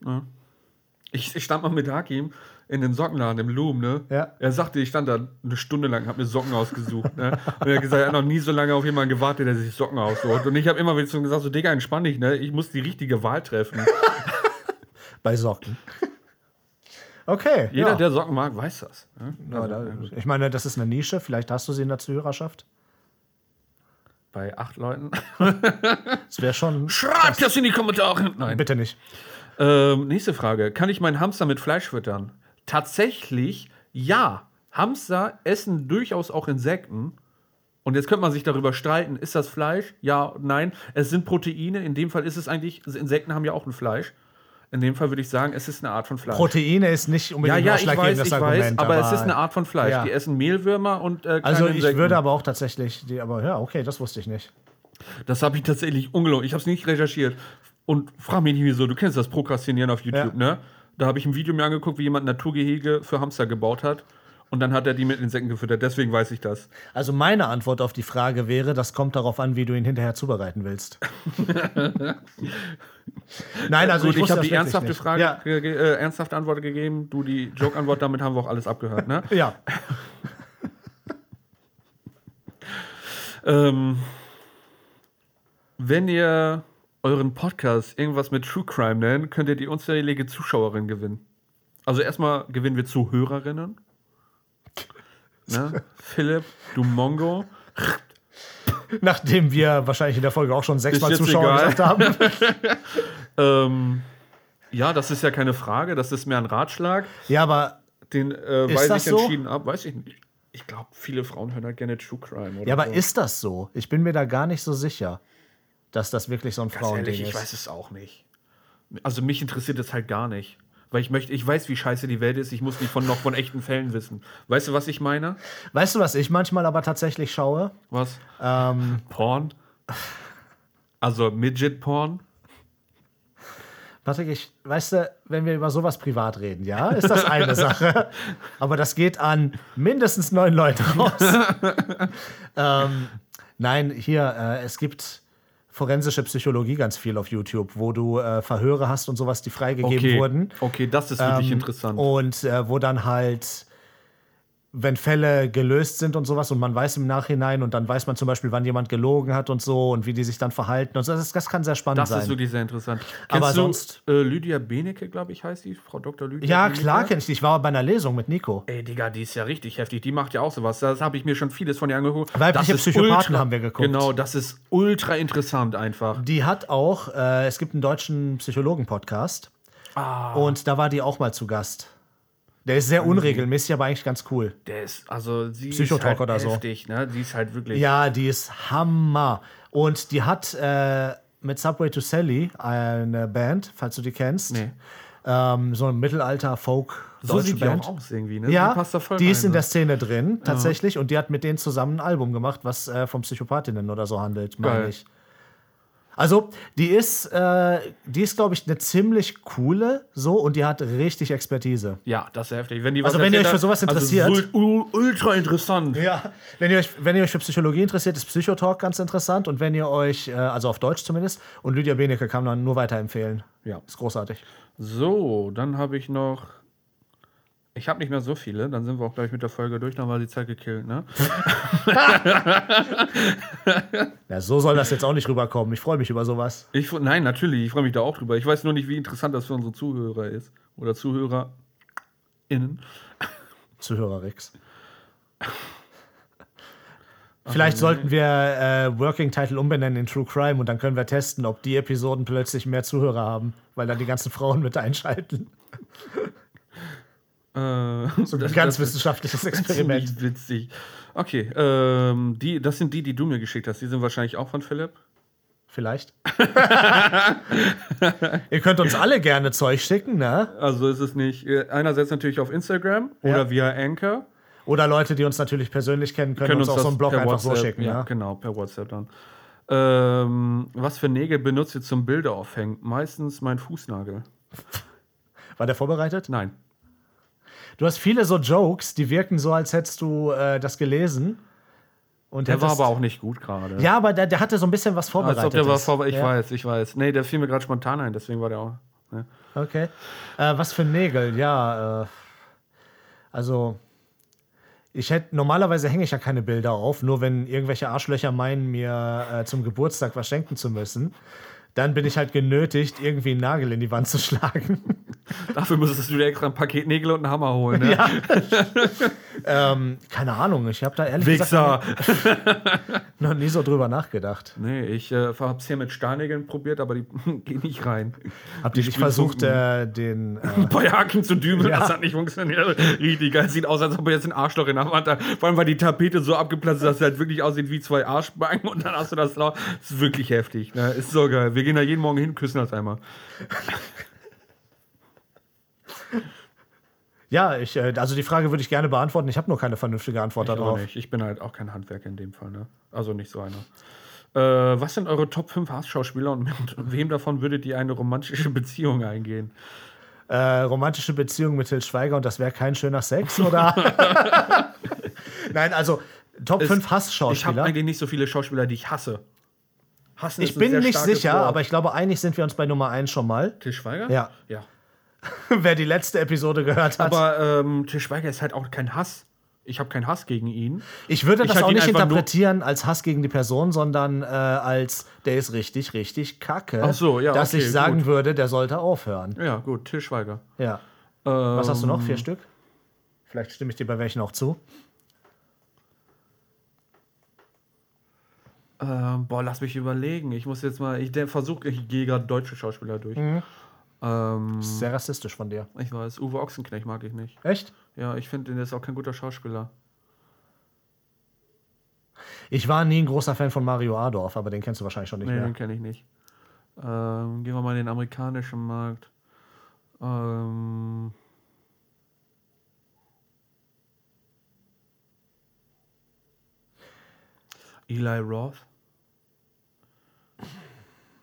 [SPEAKER 2] Ich, ich stand mal mit Hakim in den Sockenladen im Loom, ne?
[SPEAKER 1] Ja.
[SPEAKER 2] Er sagte, ich stand da eine Stunde lang, hab mir Socken ausgesucht, ne? Und er hat gesagt, er hat noch nie so lange auf jemanden gewartet, der sich Socken aussucht. Und ich habe immer wieder zu ihm gesagt, so, Digga, entspann dich, ne? Ich muss die richtige Wahl treffen.
[SPEAKER 1] Bei Socken. <laughs> Okay.
[SPEAKER 2] Jeder,
[SPEAKER 1] ja.
[SPEAKER 2] der Socken mag, weiß das. Ne?
[SPEAKER 1] Ja, da, ich meine, das ist eine Nische. Vielleicht hast du sie in der Zuhörerschaft.
[SPEAKER 2] Bei acht Leuten.
[SPEAKER 1] Das wäre schon.
[SPEAKER 2] Schreibt das in die Kommentare. Nein.
[SPEAKER 1] Bitte nicht.
[SPEAKER 2] Ähm, nächste Frage. Kann ich meinen Hamster mit Fleisch füttern? Tatsächlich ja. Hamster essen durchaus auch Insekten. Und jetzt könnte man sich darüber streiten, ist das Fleisch? Ja, nein. Es sind Proteine. In dem Fall ist es eigentlich, also Insekten haben ja auch ein Fleisch. In dem Fall würde ich sagen, es ist eine Art von Fleisch.
[SPEAKER 1] Proteine ist nicht
[SPEAKER 2] ja,
[SPEAKER 1] unbedingt
[SPEAKER 2] ja, ich weiß,
[SPEAKER 1] ausschlaggebendes
[SPEAKER 2] ich weiß,
[SPEAKER 1] Argument.
[SPEAKER 2] aber, es ist eine Art von Fleisch.
[SPEAKER 1] Ja.
[SPEAKER 2] Die essen Mehlwürmer und äh, kleine
[SPEAKER 1] Also ich
[SPEAKER 2] Insekten.
[SPEAKER 1] würde aber auch tatsächlich. Die, aber ja, okay, das wusste ich nicht.
[SPEAKER 2] Das habe ich tatsächlich ungelogen. Ich habe es nicht recherchiert. Und frag mich nicht wieso. Du kennst das Prokrastinieren auf YouTube,
[SPEAKER 1] Ja.
[SPEAKER 2] ne? Da habe ich ein Video mir angeguckt, wie jemand ein Naturgehege für Hamster gebaut hat. Und dann hat er die mit Insekten gefüttert. Deswegen weiß ich das.
[SPEAKER 1] Also meine Antwort auf die Frage wäre, das kommt darauf an, wie du ihn hinterher zubereiten
[SPEAKER 2] <laughs>
[SPEAKER 1] willst. Nein, also
[SPEAKER 2] Gut,
[SPEAKER 1] wusste
[SPEAKER 2] ich,
[SPEAKER 1] das
[SPEAKER 2] habe die
[SPEAKER 1] wirklich
[SPEAKER 2] ernsthafte
[SPEAKER 1] nicht.
[SPEAKER 2] Frage,
[SPEAKER 1] Ja,
[SPEAKER 2] ge- ge- äh, ernsthafte Antwort gegeben. Du die Joke-Antwort. Damit haben wir auch alles
[SPEAKER 1] <laughs>
[SPEAKER 2] abgehört, ne?
[SPEAKER 1] ja.
[SPEAKER 2] ähm, wenn ihr euren Podcast irgendwas mit True Crime nennt, könnt ihr die unzählige Zuschauerin gewinnen. Also erstmal gewinnen wir Zuhörerinnen.
[SPEAKER 1] <laughs>
[SPEAKER 2] Ne? Philipp, du Mongo.
[SPEAKER 1] Nachdem wir wahrscheinlich in der Folge auch schon sechsmal
[SPEAKER 2] jetzt
[SPEAKER 1] Zuschauer
[SPEAKER 2] egal.
[SPEAKER 1] gesagt haben.
[SPEAKER 2] <laughs> Ähm, ja, das ist ja keine Frage, das ist mehr ein Ratschlag.
[SPEAKER 1] Ja, aber
[SPEAKER 2] Den äh,
[SPEAKER 1] Ist
[SPEAKER 2] weise ich
[SPEAKER 1] das so?
[SPEAKER 2] entschieden ab. Weiß ich nicht. Ich glaube, viele Frauen hören halt gerne True Crime. Oder
[SPEAKER 1] Ja, aber
[SPEAKER 2] so.
[SPEAKER 1] ist das so? Ich bin mir da gar nicht so sicher, dass das wirklich so ein
[SPEAKER 2] Ganz ehrlich,
[SPEAKER 1] Frauending
[SPEAKER 2] ich weiß
[SPEAKER 1] ist.
[SPEAKER 2] es auch nicht. Also mich interessiert es halt gar nicht. Weil ich möchte, ich weiß, wie scheiße die Welt ist, ich muss nicht von noch von echten Fällen wissen. Weißt du, was ich meine?
[SPEAKER 1] Weißt du, was ich manchmal aber tatsächlich schaue?
[SPEAKER 2] Was?
[SPEAKER 1] Ähm,
[SPEAKER 2] Porn? Also Midget-Porn?
[SPEAKER 1] Patrick, ich, weißt du, wenn wir über sowas privat reden, ja, ist das eine
[SPEAKER 2] <laughs>
[SPEAKER 1] Sache. Aber das geht an mindestens neun Leute raus.
[SPEAKER 2] <laughs>
[SPEAKER 1] ähm, nein, hier, äh, es gibt forensische Psychologie ganz viel auf YouTube, wo du äh, Verhöre hast und sowas, die freigegeben wurden. Ähm,
[SPEAKER 2] okay, das ist wirklich interessant.
[SPEAKER 1] Und äh, wo dann halt, wenn Fälle gelöst sind und sowas und man weiß im Nachhinein und dann weiß man zum Beispiel, wann jemand gelogen hat und so und wie die sich dann verhalten und so, das, ist- das kann sehr spannend
[SPEAKER 2] Das
[SPEAKER 1] sein.
[SPEAKER 2] ist wirklich sehr interessant.
[SPEAKER 1] Aber
[SPEAKER 2] Kennst du,
[SPEAKER 1] sonst-
[SPEAKER 2] Äh, Lydia Benecke, glaube ich, heißt die. Frau Dr. Lydia
[SPEAKER 1] ja,
[SPEAKER 2] Benecke?
[SPEAKER 1] klar kenne ich die. Ich war bei einer Lesung mit Nico.
[SPEAKER 2] Ey, Digga, die ist ja richtig heftig. Die macht ja auch sowas. Das habe ich mir schon vieles von ihr angeguckt.
[SPEAKER 1] Weibliche
[SPEAKER 2] Das ist
[SPEAKER 1] Psychopathen haben wir geguckt.
[SPEAKER 2] Genau, das ist ultra interessant einfach.
[SPEAKER 1] Die hat auch, äh, es gibt einen deutschen Psychologen-Podcast
[SPEAKER 2] Ah.
[SPEAKER 1] und da war die auch mal zu Gast. Der ist sehr unregelmäßig, aber eigentlich ganz cool.
[SPEAKER 2] Der ist, also sie ist
[SPEAKER 1] Psychotalk
[SPEAKER 2] halt
[SPEAKER 1] oder so.
[SPEAKER 2] heftig, ne? Die ist halt wirklich.
[SPEAKER 1] Ja, die ist Hammer. Und die hat äh, mit Subway to Sally eine Band, falls du die kennst.
[SPEAKER 2] Nee.
[SPEAKER 1] Ähm, so ein Mittelalter-Folk.
[SPEAKER 2] so
[SPEAKER 1] deutsche
[SPEAKER 2] sieht die
[SPEAKER 1] Band.
[SPEAKER 2] auch aus irgendwie, ne?
[SPEAKER 1] Ja,
[SPEAKER 2] die passt da voll
[SPEAKER 1] die ist
[SPEAKER 2] rein,
[SPEAKER 1] in
[SPEAKER 2] ne?
[SPEAKER 1] der Szene drin, tatsächlich. Und die hat mit denen zusammen ein Album gemacht, was äh, vom Psychopathinnen oder so handelt, meine
[SPEAKER 2] Geil.
[SPEAKER 1] ich. Also, die ist, äh, die ist, glaube ich, eine ziemlich coole, so, und die hat richtig Expertise.
[SPEAKER 2] Ja, das ist heftig. Wenn die
[SPEAKER 1] Also, wenn ihr
[SPEAKER 2] erzählt
[SPEAKER 1] euch für
[SPEAKER 2] hat-
[SPEAKER 1] sowas
[SPEAKER 2] Also,
[SPEAKER 1] interessiert-
[SPEAKER 2] ul- ul- ultra interessant.
[SPEAKER 1] Ja, wenn ihr euch, wenn ihr euch für Psychologie interessiert, ist Psychotalk ganz interessant. Und wenn ihr euch, äh, also auf Deutsch zumindest, und Lydia Benecke kann man nur weiterempfehlen.
[SPEAKER 2] Ja.
[SPEAKER 1] Ist großartig.
[SPEAKER 2] So, dann habe ich noch. Ich habe nicht mehr so viele, dann sind wir auch gleich mit der Folge durch, dann war die Zeit gekillt, ne?
[SPEAKER 1] Ja, so soll das jetzt auch nicht rüberkommen. Ich freue mich über sowas.
[SPEAKER 2] Ich, fr- nein, natürlich, ich freue mich da auch drüber. Ich weiß nur nicht, wie interessant das für unsere Zuhörer ist. Oder ZuhörerInnen. Äh,
[SPEAKER 1] <laughs> Zuhörer
[SPEAKER 2] <laughs>
[SPEAKER 1] Rix. Vielleicht sollten wir äh, Working Title umbenennen in True Crime und dann können wir testen, ob die Episoden plötzlich mehr Zuhörer haben, weil dann die ganzen Frauen mit einschalten.
[SPEAKER 2] Äh, so
[SPEAKER 1] Ein ganz wissenschaftliches Experiment.
[SPEAKER 2] Ziemlich witzig. Okay, ähm, die, das sind die, die du mir geschickt hast. Die sind wahrscheinlich auch von Philipp. <laughs>
[SPEAKER 1] Vielleicht. Ihr könnt uns alle gerne Zeug schicken, ne?
[SPEAKER 2] Also ist es nicht. äh, Einerseits natürlich auf Instagram oder via Anchor.
[SPEAKER 1] Oder Leute, die uns natürlich persönlich kennen, können,
[SPEAKER 2] Können
[SPEAKER 1] uns, auch so einen Blog
[SPEAKER 2] per
[SPEAKER 1] einfach
[SPEAKER 2] WhatsApp,
[SPEAKER 1] so schicken, ne?
[SPEAKER 2] Ja,
[SPEAKER 1] ja.
[SPEAKER 2] genau, per WhatsApp dann. Ähm, was für Nägel benutzt ihr zum Bilder aufhängen? Meistens mein Fußnagel.
[SPEAKER 1] War der vorbereitet?
[SPEAKER 2] Nein.
[SPEAKER 1] Du hast viele so Jokes, die wirken so, als hättest du äh, das gelesen. Und
[SPEAKER 2] Der war
[SPEAKER 1] hättest-
[SPEAKER 2] aber auch nicht gut gerade.
[SPEAKER 1] Ja, aber der, der hatte so ein bisschen was vorbereitet.
[SPEAKER 2] Als ob der war
[SPEAKER 1] ist.
[SPEAKER 2] vor, ich
[SPEAKER 1] ja.
[SPEAKER 2] weiß, ich weiß. Nee, der fiel mir gerade spontan ein, deswegen war der auch. Ne?
[SPEAKER 1] Okay. Äh, was für Nägel, ja. Äh, Also, ich hätte normalerweise hänge ich ja keine Bilder auf, nur wenn irgendwelche Arschlöcher meinen, mir äh, zum Geburtstag was schenken zu müssen. Dann bin ich halt genötigt, irgendwie einen Nagel in die Wand zu schlagen. <laughs>
[SPEAKER 2] Dafür müsstest du dir extra ein Paket Nägel und einen Hammer holen. Ne? Ja.
[SPEAKER 1] Ähm, keine Ahnung, ich habe da ehrlich
[SPEAKER 2] <laughs> Wichser.
[SPEAKER 1] gesagt noch nie so drüber nachgedacht.
[SPEAKER 2] Nee, ich äh, hab's hier mit Starnägeln probiert, aber die <laughs> gehen nicht rein.
[SPEAKER 1] Habt ihr nicht
[SPEAKER 2] Sprühfunken.
[SPEAKER 1] versucht, äh, den. Äh,
[SPEAKER 2] Ein paar Haken zu dübeln, das hat nicht funktioniert. Richtig geil. Sieht aus, als ob er jetzt ein Arschloch in der Hand hat. Vor allem, weil die Tapete so abgeplatzt ist, dass es halt wirklich aussieht wie zwei Arschbacken und dann hast du das lau. Das ist wirklich heftig. Ne? Ist so geil. Wir gehen da jeden Morgen hin, küssen das einmal.
[SPEAKER 1] ja, ich, äh, also die Frage würde ich gerne beantworten. Ich habe nur keine vernünftige Antwort
[SPEAKER 2] Ich auch
[SPEAKER 1] darauf.
[SPEAKER 2] nicht. Ich bin halt auch kein Handwerker in dem Fall, ne? Also nicht so einer. Äh, was sind eure Top 5 Hassschauspieler und <laughs> mit wem davon würdet ihr eine romantische Beziehung eingehen?
[SPEAKER 1] Äh, romantische Beziehung mit Til Schweiger und das wäre kein schöner Sex, oder?
[SPEAKER 2] <laughs>
[SPEAKER 1] Nein, also Top 5
[SPEAKER 2] Ich habe
[SPEAKER 1] Hassschauspieler.
[SPEAKER 2] eigentlich nicht so viele Schauspieler, die ich hasse. Hassen
[SPEAKER 1] Ich
[SPEAKER 2] ist ein
[SPEAKER 1] bin
[SPEAKER 2] sehr
[SPEAKER 1] nicht
[SPEAKER 2] starkes
[SPEAKER 1] sicher,
[SPEAKER 2] Wort.
[SPEAKER 1] aber ich glaube, einig sind wir uns bei Nummer 1 schon mal.
[SPEAKER 2] Til Schweiger?
[SPEAKER 1] Ja.
[SPEAKER 2] ja.
[SPEAKER 1] <laughs> Wer die letzte Episode gehört hat.
[SPEAKER 2] Aber ähm, Til Schweiger ist halt auch kein Hass. Ich habe keinen Hass gegen ihn.
[SPEAKER 1] ich würde
[SPEAKER 2] ich
[SPEAKER 1] das
[SPEAKER 2] halt
[SPEAKER 1] auch
[SPEAKER 2] ihn
[SPEAKER 1] nicht
[SPEAKER 2] einfach nur-
[SPEAKER 1] interpretieren als Hass gegen die Person, sondern äh, als der ist richtig, richtig kacke.
[SPEAKER 2] Ach so, ja,
[SPEAKER 1] Dass
[SPEAKER 2] okay,
[SPEAKER 1] ich sagen
[SPEAKER 2] gut.
[SPEAKER 1] würde, der sollte aufhören.
[SPEAKER 2] Ja, gut, Til Schweiger.
[SPEAKER 1] Ja.
[SPEAKER 2] Ähm,
[SPEAKER 1] Was hast du noch? Vier Stück? Vielleicht stimme ich dir bei welchen auch zu.
[SPEAKER 2] Ähm, boah, lass mich überlegen. Ich muss jetzt mal, ich versuche, ich gehe gerade deutsche Schauspieler durch. Ähm,
[SPEAKER 1] Das ist sehr rassistisch von dir.
[SPEAKER 2] ich weiß, Uwe Ochsenknecht mag ich nicht.
[SPEAKER 1] Echt?
[SPEAKER 2] Ja, ich finde, der ist auch kein guter Schauspieler.
[SPEAKER 1] Ich war nie ein großer Fan von Mario Adorf, aber den kennst du wahrscheinlich schon nicht
[SPEAKER 2] Nee,
[SPEAKER 1] mehr.
[SPEAKER 2] den kenne ich nicht. Ähm, gehen wir mal in den amerikanischen Markt. Ähm, Eli Roth.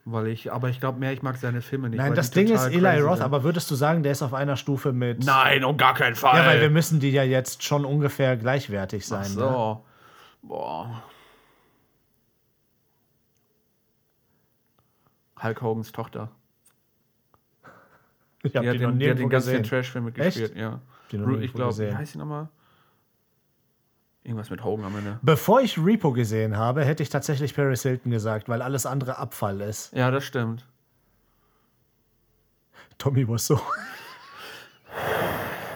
[SPEAKER 2] Weil ich, aber ich glaube mehr, ich mag seine Filme nicht.
[SPEAKER 1] Nein,
[SPEAKER 2] weil
[SPEAKER 1] das
[SPEAKER 2] die
[SPEAKER 1] Ding ist
[SPEAKER 2] total
[SPEAKER 1] Eli
[SPEAKER 2] crazy
[SPEAKER 1] Roth,
[SPEAKER 2] sind.
[SPEAKER 1] aber würdest du sagen, der ist auf einer Stufe mit.
[SPEAKER 2] Nein, um gar keinen Fall.
[SPEAKER 1] Ja, weil wir müssen die ja jetzt schon ungefähr gleichwertig sein.
[SPEAKER 2] Ach
[SPEAKER 1] Ne?
[SPEAKER 2] so. Boah. Hulk Hogans Tochter.
[SPEAKER 1] Ich hab
[SPEAKER 2] Die hat
[SPEAKER 1] noch
[SPEAKER 2] den, die hat
[SPEAKER 1] nirgendwo
[SPEAKER 2] den ganzen
[SPEAKER 1] gesehen.
[SPEAKER 2] Trash-Film mitgespielt, ja.
[SPEAKER 1] Die noch
[SPEAKER 2] Ru- ich
[SPEAKER 1] nirgendwo
[SPEAKER 2] glaube, wie
[SPEAKER 1] gesehen.
[SPEAKER 2] heißt die nochmal? Irgendwas mit Hogan am Ende.
[SPEAKER 1] Bevor ich Repo gesehen habe, hätte ich tatsächlich Paris Hilton gesagt, weil alles andere Abfall ist.
[SPEAKER 2] Ja, das stimmt.
[SPEAKER 1] Tommy was
[SPEAKER 2] <sighs>
[SPEAKER 1] so.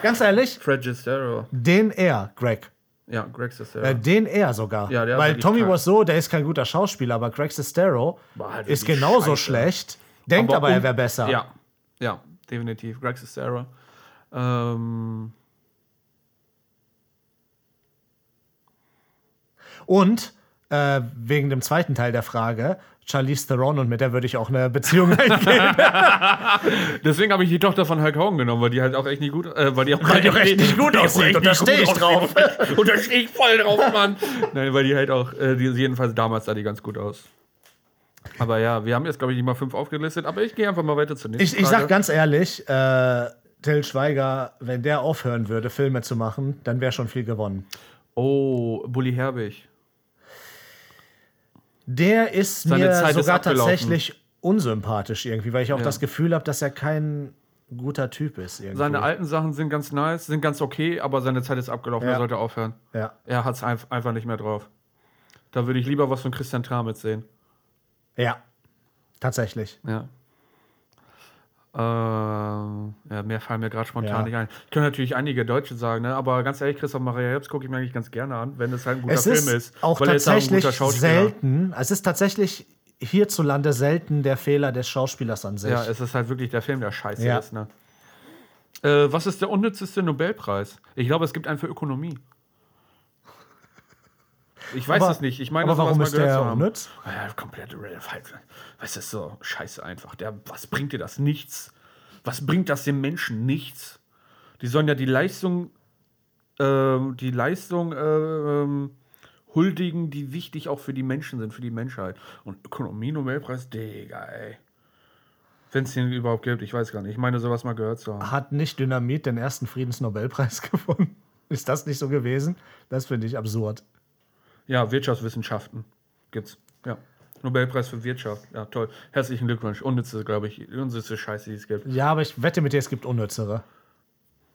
[SPEAKER 1] Ganz ehrlich,
[SPEAKER 2] Fred Gistero.
[SPEAKER 1] den er, Greg.
[SPEAKER 2] Ja, Greg Sestero.
[SPEAKER 1] Äh, den er sogar.
[SPEAKER 2] Ja, der
[SPEAKER 1] weil
[SPEAKER 2] wirklich
[SPEAKER 1] Tommy
[SPEAKER 2] krank.
[SPEAKER 1] was so, der ist kein guter Schauspieler, aber Greg Sestero
[SPEAKER 2] War halt
[SPEAKER 1] ist
[SPEAKER 2] wirklich
[SPEAKER 1] genauso
[SPEAKER 2] scheiße.
[SPEAKER 1] schlecht, denkt aber, er
[SPEAKER 2] um-
[SPEAKER 1] wäre besser.
[SPEAKER 2] Ja, ja, definitiv. Greg Sestero. Ähm,
[SPEAKER 1] Und äh, wegen dem zweiten Teil der Frage, Charlize Theron und mit der würde ich auch eine Beziehung <laughs> eingehen.
[SPEAKER 2] deswegen habe ich die Tochter von Hulk Hogan genommen, weil die halt auch echt nicht gut, äh, weil
[SPEAKER 1] <laughs>
[SPEAKER 2] die auch, <laughs>
[SPEAKER 1] die auch echt nicht gut aussieht und da stehe ich
[SPEAKER 2] drauf. Und da stehe ich voll drauf, Mann. Nein, weil die halt auch, äh, die, jedenfalls damals sah die ganz gut aus. Aber ja, wir haben jetzt, glaube ich, nicht mal fünf aufgelistet, aber ich gehe einfach mal weiter zur nächsten
[SPEAKER 1] Ich, ich
[SPEAKER 2] Frage.
[SPEAKER 1] sag ganz ehrlich, äh, Till Schweiger, wenn der aufhören würde, Filme zu machen, dann wäre schon viel gewonnen.
[SPEAKER 2] Oh, Bully Herbig.
[SPEAKER 1] Der ist
[SPEAKER 2] Seine
[SPEAKER 1] mir
[SPEAKER 2] Zeit ist
[SPEAKER 1] sogar
[SPEAKER 2] abgelaufen.
[SPEAKER 1] tatsächlich unsympathisch irgendwie, weil ich auch
[SPEAKER 2] Ja.
[SPEAKER 1] das Gefühl habe, dass er kein guter Typ ist. Irgendwie.
[SPEAKER 2] Seine alten Sachen sind ganz nice, sind ganz okay, aber seine Zeit ist abgelaufen,
[SPEAKER 1] Ja.
[SPEAKER 2] er sollte aufhören.
[SPEAKER 1] ja.
[SPEAKER 2] Er hat es einfach nicht mehr drauf. Da würde ich lieber was von Christian Tramitz sehen.
[SPEAKER 1] ja, tatsächlich.
[SPEAKER 2] Ja. Ähm, ja, mehr fallen mir gerade spontan
[SPEAKER 1] Ja.
[SPEAKER 2] nicht ein. Ich könnte natürlich einige Deutsche sagen, ne? aber ganz ehrlich, Christoph Maria Herbst gucke ich mir eigentlich ganz gerne an, wenn es halt ein guter
[SPEAKER 1] Es
[SPEAKER 2] Film
[SPEAKER 1] ist,
[SPEAKER 2] ist.
[SPEAKER 1] auch
[SPEAKER 2] weil er ist halt ein
[SPEAKER 1] tatsächlich
[SPEAKER 2] guter Schauspieler.
[SPEAKER 1] selten, es ist tatsächlich hierzulande selten der Fehler des Schauspielers an sich.
[SPEAKER 2] Ja, es ist halt wirklich der Film, der scheiße
[SPEAKER 1] Ja.
[SPEAKER 2] ist. Ne? Äh, was ist der unnützeste Nobelpreis? Ich glaube, es gibt einen für Ökonomie. Ich weiß
[SPEAKER 1] Aber-
[SPEAKER 2] es nicht. Ich meine,
[SPEAKER 1] aber
[SPEAKER 2] sowas
[SPEAKER 1] warum
[SPEAKER 2] mal
[SPEAKER 1] ist
[SPEAKER 2] gehört
[SPEAKER 1] der
[SPEAKER 2] zu haben.
[SPEAKER 1] unnütz?
[SPEAKER 2] Ah Ja, komplett irrelevant. Weißt du, so scheiße einfach. Der, was bringt dir das? Nichts. Was bringt das den Menschen? Nichts. Die sollen ja die Leistung, ähm, die Leistung äh, ähm, huldigen, die wichtig auch für die Menschen sind, für die Menschheit. Und Ökonomie-Nobelpreis, Digga, ey. Wenn es den überhaupt gibt, ich weiß gar nicht. Ich meine, sowas mal gehört zu haben.
[SPEAKER 1] Hat nicht Dynamit den ersten Friedensnobelpreis <laughs> gewonnen? Ist das nicht so gewesen? Das finde ich absurd.
[SPEAKER 2] Ja, Wirtschaftswissenschaften gibt's. Ja. Nobelpreis für Wirtschaft. Ja, toll. Herzlichen Glückwunsch. Unnütze, glaube ich. Unnütze Scheiße, die es gibt.
[SPEAKER 1] Ja, aber ich wette mit dir, es gibt unnützere.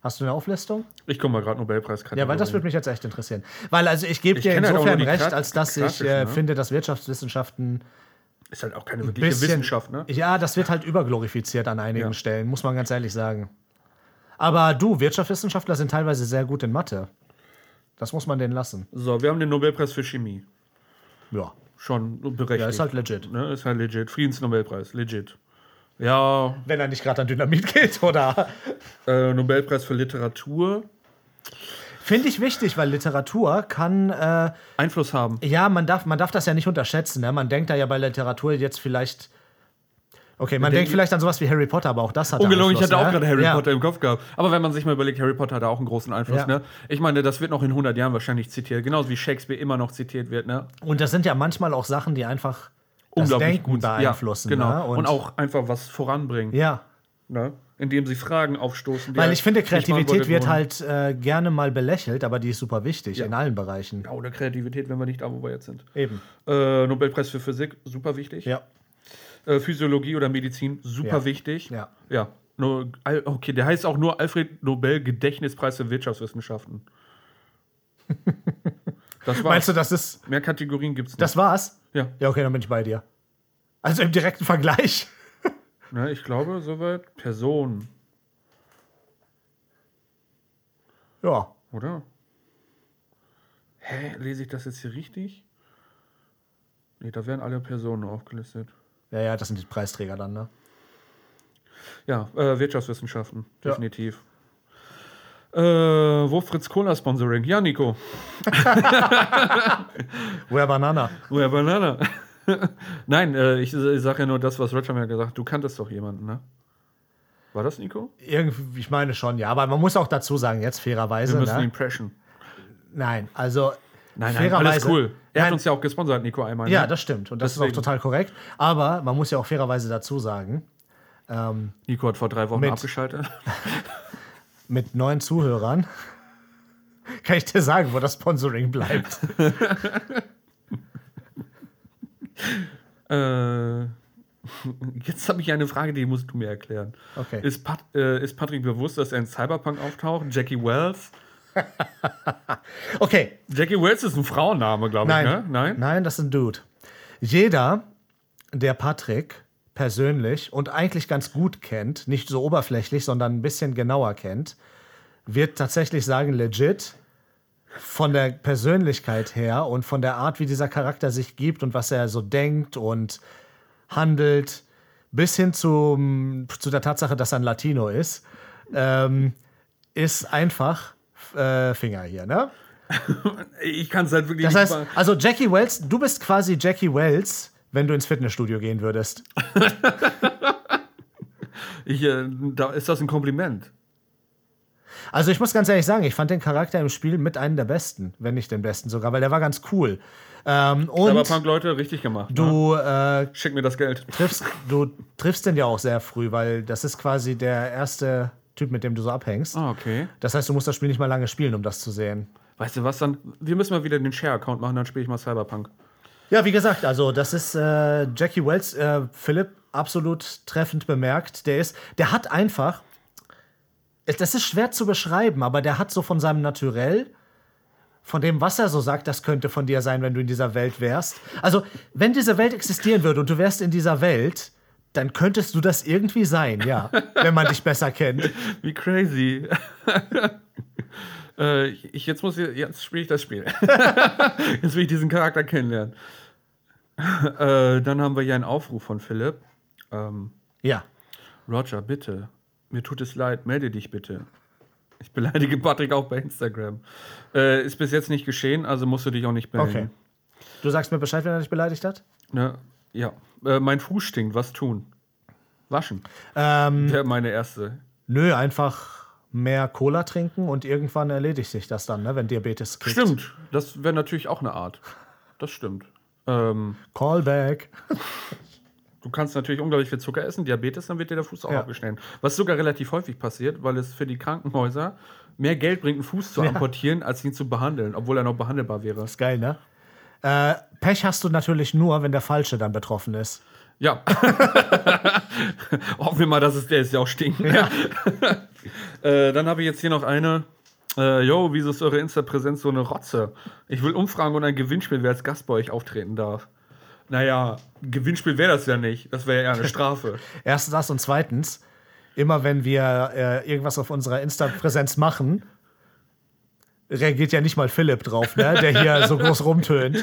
[SPEAKER 1] Hast du eine Auflistung?
[SPEAKER 2] Ich guck mal gerade Nobelpreiskategorie.
[SPEAKER 1] Ja, weil das würde mich jetzt echt interessieren. Weil, also ich gebe
[SPEAKER 2] Ich
[SPEAKER 1] dir
[SPEAKER 2] kenn halt auch
[SPEAKER 1] insofern
[SPEAKER 2] nur die
[SPEAKER 1] recht,
[SPEAKER 2] Krat-
[SPEAKER 1] als dass ich
[SPEAKER 2] Kratischen,
[SPEAKER 1] äh,
[SPEAKER 2] ne?
[SPEAKER 1] finde, dass Wirtschaftswissenschaften
[SPEAKER 2] Ist halt auch keine wirkliche
[SPEAKER 1] bisschen.
[SPEAKER 2] Wissenschaft, ne?
[SPEAKER 1] Ja, das wird halt überglorifiziert an einigen
[SPEAKER 2] Ja.
[SPEAKER 1] Stellen, muss man ganz ehrlich sagen. Aber du, Wirtschaftswissenschaftler sind teilweise sehr gut in Mathe. Das muss man denen lassen.
[SPEAKER 2] So, wir haben den Nobelpreis für Chemie.
[SPEAKER 1] Ja.
[SPEAKER 2] Schon berechtigt.
[SPEAKER 1] Ja, ist halt legit.
[SPEAKER 2] Ne? Ist halt legit. Friedensnobelpreis, legit. Ja,
[SPEAKER 1] Wenn er nicht gerade an Dynamit geht, oder?
[SPEAKER 2] äh, Nobelpreis für Literatur.
[SPEAKER 1] Finde ich wichtig, weil Literatur kann, äh,
[SPEAKER 2] Einfluss haben.
[SPEAKER 1] ja, man darf, man darf das ja nicht unterschätzen. Ne? Man denkt da ja bei Literatur jetzt vielleicht. Okay, man denkt vielleicht an sowas wie Harry Potter, aber auch das hat
[SPEAKER 2] Ungelogen, ich
[SPEAKER 1] Einfluss,
[SPEAKER 2] hatte auch
[SPEAKER 1] ne?
[SPEAKER 2] gerade Harry
[SPEAKER 1] ja.
[SPEAKER 2] Potter im Kopf gehabt. Aber wenn man sich mal überlegt, Harry Potter hat da auch einen großen Einfluss,
[SPEAKER 1] Ja.
[SPEAKER 2] ne? Ich meine, das wird noch in 100 Jahren wahrscheinlich zitiert. Genauso wie Shakespeare immer noch zitiert wird, ne?
[SPEAKER 1] Und das sind ja manchmal auch Sachen, die einfach das
[SPEAKER 2] Unglaublich
[SPEAKER 1] Denken
[SPEAKER 2] gut.
[SPEAKER 1] beeinflussen.
[SPEAKER 2] Ja, genau.
[SPEAKER 1] Ne?
[SPEAKER 2] Und, auch einfach was voranbringen,
[SPEAKER 1] Ja,
[SPEAKER 2] ne? Indem sie Fragen aufstoßen. die
[SPEAKER 1] Weil
[SPEAKER 2] halt
[SPEAKER 1] ich finde,
[SPEAKER 2] nicht beantwortet
[SPEAKER 1] Kreativität wird
[SPEAKER 2] wurden.
[SPEAKER 1] halt äh, gerne mal belächelt, aber die ist super wichtig in allen Bereichen.
[SPEAKER 2] Ja, oder Kreativität, wenn wir nicht da, wo wir jetzt sind.
[SPEAKER 1] Eben.
[SPEAKER 2] Äh, Nobelpreis für Physik, super wichtig.
[SPEAKER 1] Ja.
[SPEAKER 2] Äh, Physiologie oder Medizin, super
[SPEAKER 1] Ja.
[SPEAKER 2] wichtig.
[SPEAKER 1] Ja.
[SPEAKER 2] Ja. Nur, Al- okay, der heißt auch nur Alfred Nobel Gedächtnispreis für
[SPEAKER 1] <laughs>
[SPEAKER 2] Wirtschaftswissenschaften. Das war's.
[SPEAKER 1] Meinst du, das ist.
[SPEAKER 2] Mehr Kategorien gibt's nicht.
[SPEAKER 1] Das war's?
[SPEAKER 2] ja,
[SPEAKER 1] Ja, okay, dann bin ich bei dir. Also im direkten Vergleich. <laughs>
[SPEAKER 2] ne, ich glaube, soweit Personen,
[SPEAKER 1] Ja.
[SPEAKER 2] oder? Hä, lese ich das jetzt hier richtig? Nee, da werden alle Personen aufgelistet.
[SPEAKER 1] Ja, ja, das sind die Preisträger dann, ne?
[SPEAKER 2] Ja, äh, Wirtschaftswissenschaften,
[SPEAKER 1] Ja.
[SPEAKER 2] definitiv. Äh, wo Fritz Kohler Sponsoring? Ja, Nico.
[SPEAKER 1] Where Banana?
[SPEAKER 2] Woher Banana? <laughs> Nein, äh, ich, ich sage ja nur das, was Roger mir gesagt hat. Du kanntest doch jemanden, ne? War das Nico?
[SPEAKER 1] Irgendwie, ich meine schon, ja, aber man muss auch dazu sagen, jetzt
[SPEAKER 2] Wir
[SPEAKER 1] fairerweise.
[SPEAKER 2] müssen
[SPEAKER 1] Ne?
[SPEAKER 2] ihn preschen.
[SPEAKER 1] Nein, also.
[SPEAKER 2] Nein, nein, alles cool. Er
[SPEAKER 1] Nein,
[SPEAKER 2] hat uns ja auch gesponsert, Nico, einmal.
[SPEAKER 1] ja,
[SPEAKER 2] ne?
[SPEAKER 1] das stimmt. Und das
[SPEAKER 2] Deswegen.
[SPEAKER 1] ist auch total korrekt. Aber man muss ja auch fairerweise dazu sagen,
[SPEAKER 2] Nico hat vor drei Wochen
[SPEAKER 1] Mit.
[SPEAKER 2] abgeschaltet.
[SPEAKER 1] mit neuen Zuhörern <laughs> kann ich dir sagen, wo das Sponsoring bleibt.
[SPEAKER 2] äh, <laughs> jetzt habe ich eine Frage, die musst du mir erklären.
[SPEAKER 1] Okay.
[SPEAKER 2] Ist, Pat, äh, ist Patrick bewusst, dass er in Cyberpunk auftaucht? Jackie Wells?
[SPEAKER 1] Okay,
[SPEAKER 2] Jackie Wells ist ein Frauenname, glaube ich,
[SPEAKER 1] nein.
[SPEAKER 2] ne? Nein?
[SPEAKER 1] Nein, das ist ein Dude. Jeder, der Patrick persönlich und eigentlich ganz gut kennt, nicht so oberflächlich, sondern ein bisschen genauer kennt, wird tatsächlich sagen, legit, von der Persönlichkeit her und von der Art, wie dieser Charakter sich gibt und was er so denkt und handelt, bis hin zum, zu der Tatsache, dass er ein Latino ist, ähm, ist einfach äh, Finger hier, ne?
[SPEAKER 2] Ich kann es halt wirklich
[SPEAKER 1] Das
[SPEAKER 2] nicht
[SPEAKER 1] heißt,
[SPEAKER 2] mal-
[SPEAKER 1] also Jackie Wells, du bist quasi Jackie Wells, wenn du ins Fitnessstudio gehen würdest.
[SPEAKER 2] Ich, äh, da, ist das ein Kompliment?
[SPEAKER 1] Also ich muss ganz ehrlich sagen, ich fand den Charakter im Spiel mit einem der besten, wenn nicht den besten sogar, weil der war ganz cool. Ähm, und
[SPEAKER 2] Cyberpunk-Leute, richtig gemacht. ne?
[SPEAKER 1] du, äh,
[SPEAKER 2] Schick mir das Geld.
[SPEAKER 1] triffst, du triffst den ja auch sehr früh, weil das ist quasi der erste Typ, mit dem du so abhängst.
[SPEAKER 2] Ah, okay.
[SPEAKER 1] Das heißt, du musst das Spiel nicht mal lange spielen, um das zu sehen.
[SPEAKER 2] Weißt du was, dann, wir müssen mal wieder den Share-Account machen, dann spiele ich mal Cyberpunk.
[SPEAKER 1] Ja, wie gesagt, also das ist äh, Jackie Wells, äh, Philipp, absolut treffend bemerkt. Der ist, der hat einfach, es- das ist schwer zu beschreiben, aber der hat so von seinem Naturell, von dem, was er so sagt, das könnte von dir sein, wenn du in dieser Welt wärst. Also, wenn diese Welt existieren würde und du wärst in dieser Welt, dann könntest du das irgendwie sein, ja, wenn man dich besser kennt.
[SPEAKER 2] Wie crazy. <laughs> äh, ich, jetzt muss ich, jetzt spiele ich das Spiel. <laughs> jetzt will ich diesen Charakter kennenlernen. <laughs> äh, dann haben wir hier einen Aufruf von Philipp. Ähm,
[SPEAKER 1] Ja,
[SPEAKER 2] Roger, bitte. Mir tut es leid, melde dich bitte. Ich beleidige Patrick auch bei Instagram. Äh, ist bis jetzt nicht geschehen, also musst du dich auch nicht melden.
[SPEAKER 1] okay. Du sagst mir Bescheid, wenn er dich beleidigt hat?
[SPEAKER 2] Ne? Ja. Äh, mein Fuß stinkt, was tun? Waschen. Wäre meine erste.
[SPEAKER 1] Nö, einfach mehr Cola trinken und irgendwann erledigt sich das dann, ne, wenn Diabetes kriegt.
[SPEAKER 2] Stimmt, das wäre natürlich auch eine Art. Das stimmt. Ähm,
[SPEAKER 1] Callback.
[SPEAKER 2] du kannst natürlich unglaublich viel Zucker essen, Diabetes, dann wird dir der Fuß auch
[SPEAKER 1] Ja.
[SPEAKER 2] abgeschnitten. Was sogar relativ häufig passiert, weil es für die Krankenhäuser mehr Geld bringt, einen Fuß zu amputieren, als ihn zu behandeln, obwohl er noch behandelbar wäre.
[SPEAKER 1] Ist geil, ne? Äh, Pech hast du natürlich nur, wenn der Falsche dann betroffen ist.
[SPEAKER 2] <laughs> Ja. Hoffen wir mal, dass es der ist, der auch stinkt. <laughs> Äh, dann habe ich jetzt hier noch eine. Äh, yo, wieso ist eure Insta-Präsenz so eine Rotze? Ich will umfragen und ein Gewinnspiel, wer als Gast bei euch auftreten darf. Naja, Gewinnspiel wäre das ja nicht. Das wäre ja eher
[SPEAKER 1] <laughs>
[SPEAKER 2] eine Strafe.
[SPEAKER 1] Erstens das und zweitens, immer wenn wir äh, irgendwas auf unserer Insta-Präsenz machen, reagiert ja nicht mal Philipp drauf, ne? der hier
[SPEAKER 2] <laughs>
[SPEAKER 1] so groß rumtönt.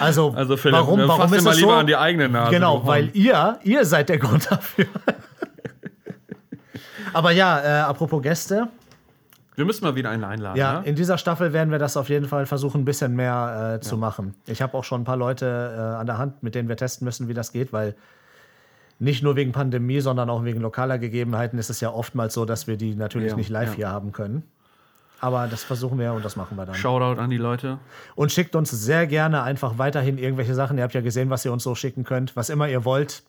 [SPEAKER 1] Also,
[SPEAKER 2] Also Philipp,
[SPEAKER 1] warum,
[SPEAKER 2] ne,
[SPEAKER 1] warum
[SPEAKER 2] fass dir
[SPEAKER 1] ist
[SPEAKER 2] mal
[SPEAKER 1] das
[SPEAKER 2] lieber
[SPEAKER 1] so?
[SPEAKER 2] an die eigene Nase.
[SPEAKER 1] genau,
[SPEAKER 2] du
[SPEAKER 1] weil
[SPEAKER 2] Horn.
[SPEAKER 1] ihr, ihr seid der Grund dafür. <laughs> Aber ja, äh, apropos Gäste,
[SPEAKER 2] Wir müssen mal wieder einen einladen.
[SPEAKER 1] ja,
[SPEAKER 2] ne?
[SPEAKER 1] in dieser Staffel werden wir das auf jeden Fall versuchen, ein bisschen mehr äh, zu machen. Ich habe auch schon ein paar Leute äh, an der Hand, mit denen wir testen müssen, wie das geht, weil nicht nur wegen Pandemie, sondern auch wegen lokaler Gegebenheiten ist es ja oftmals so, dass wir die natürlich
[SPEAKER 2] Ja,
[SPEAKER 1] nicht live
[SPEAKER 2] ja.
[SPEAKER 1] hier haben können. Aber das versuchen wir und das machen wir dann.
[SPEAKER 2] Shoutout an die Leute.
[SPEAKER 1] Und schickt uns sehr gerne einfach weiterhin irgendwelche Sachen. Ihr habt ja gesehen, was ihr uns so schicken könnt, was immer ihr wollt.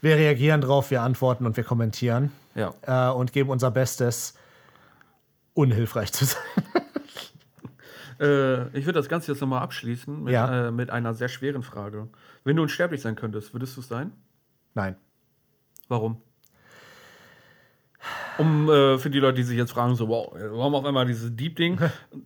[SPEAKER 1] Wir reagieren drauf, wir antworten und wir kommentieren
[SPEAKER 2] Ja.
[SPEAKER 1] äh, und geben unser Bestes, unhilfreich zu sein. <laughs>
[SPEAKER 2] Äh, ich würde das Ganze jetzt nochmal abschließen mit,
[SPEAKER 1] Ja.
[SPEAKER 2] äh, mit einer sehr schweren Frage. Wenn du unsterblich sein könntest, würdest du es sein?
[SPEAKER 1] Nein.
[SPEAKER 2] Warum? Um äh, für die Leute, die sich jetzt fragen, so, wow, warum auf einmal
[SPEAKER 1] <laughs>
[SPEAKER 2] dieses Deep-Ding?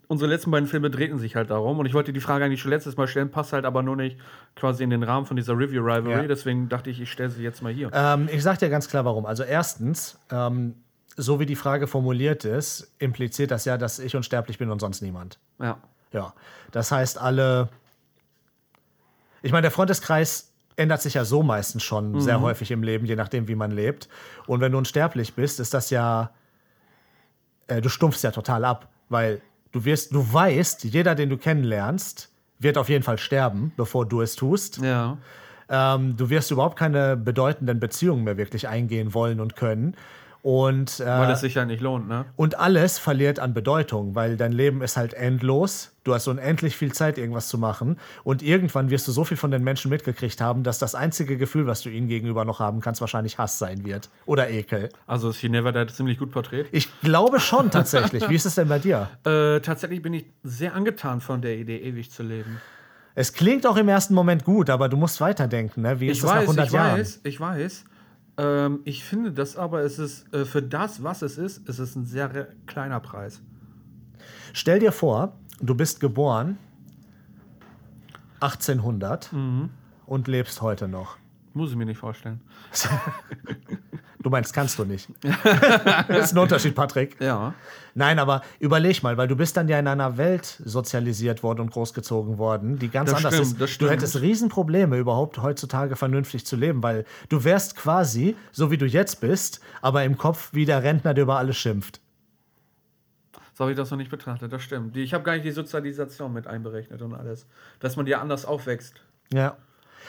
[SPEAKER 2] Unsere letzten beiden Filme drehten sich halt darum und ich wollte die Frage eigentlich schon letztes Mal stellen, passt halt aber nur nicht quasi in den Rahmen von dieser Review-Rivalry,
[SPEAKER 1] Ja.
[SPEAKER 2] deswegen dachte ich, ich stelle sie jetzt mal hier.
[SPEAKER 1] Ähm, ich sag dir ganz klar, warum. Also erstens, ähm, so wie die Frage formuliert ist, impliziert das ja, dass ich unsterblich bin und sonst niemand.
[SPEAKER 2] Ja.
[SPEAKER 1] Ja, das heißt, alle. Ich meine, der Freundeskreis ändert sich ja so meistens schon sehr häufig im Leben, je nachdem, wie man lebt. Und wenn du unsterblich bist, ist das ja. Äh, du stumpfst ja total ab, weil du wirst, du weißt, jeder, den du kennenlernst, wird auf jeden Fall sterben, bevor du es tust.
[SPEAKER 2] Ja.
[SPEAKER 1] Ähm, du wirst überhaupt keine bedeutenden Beziehungen mehr wirklich eingehen wollen und können. Und, äh,
[SPEAKER 2] Weil es sich halt nicht lohnt, ne?
[SPEAKER 1] und alles verliert an Bedeutung, weil dein Leben ist halt endlos. Du hast unendlich viel Zeit, irgendwas zu machen. Und irgendwann wirst du so viel von den Menschen mitgekriegt haben, dass das einzige Gefühl, was du ihnen gegenüber noch haben kannst, wahrscheinlich Hass sein wird. Oder Ekel.
[SPEAKER 2] Also ist She Never Died ziemlich gut porträtiert.
[SPEAKER 1] Ich glaube schon tatsächlich. Wie ist es denn bei dir?
[SPEAKER 2] Äh, tatsächlich bin ich sehr angetan von der Idee, ewig zu leben.
[SPEAKER 1] Es klingt auch im ersten Moment gut, aber du musst weiterdenken. Ne? Wie ist
[SPEAKER 2] Ich
[SPEAKER 1] das nach
[SPEAKER 2] weiß,
[SPEAKER 1] 100
[SPEAKER 2] ich
[SPEAKER 1] Jahren?
[SPEAKER 2] weiß, ich weiß. Ähm, ich finde das aber, es ist äh, für das, was es ist, es ist ein sehr re- kleiner Preis.
[SPEAKER 1] Stell dir vor, du bist geboren 1800 und lebst heute noch.
[SPEAKER 2] Muss ich mir nicht vorstellen.
[SPEAKER 1] Du meinst, kannst du
[SPEAKER 2] <laughs>
[SPEAKER 1] nicht. das ist ein Unterschied, Patrick.
[SPEAKER 2] Ja.
[SPEAKER 1] Nein, aber überleg mal, weil du bist dann ja in einer Welt sozialisiert worden und großgezogen worden, die ganz
[SPEAKER 2] Das
[SPEAKER 1] anders
[SPEAKER 2] stimmt,
[SPEAKER 1] ist.
[SPEAKER 2] das
[SPEAKER 1] du
[SPEAKER 2] stimmt.
[SPEAKER 1] hättest Riesenprobleme, überhaupt heutzutage vernünftig zu leben, weil du wärst quasi, so wie du jetzt bist, aber im Kopf wie der Rentner, der über alles schimpft.
[SPEAKER 2] So habe ich das noch nicht betrachtet, das stimmt. Die, ich habe gar nicht die Sozialisation mit einberechnet und alles. Dass man ja anders aufwächst.
[SPEAKER 1] Ja.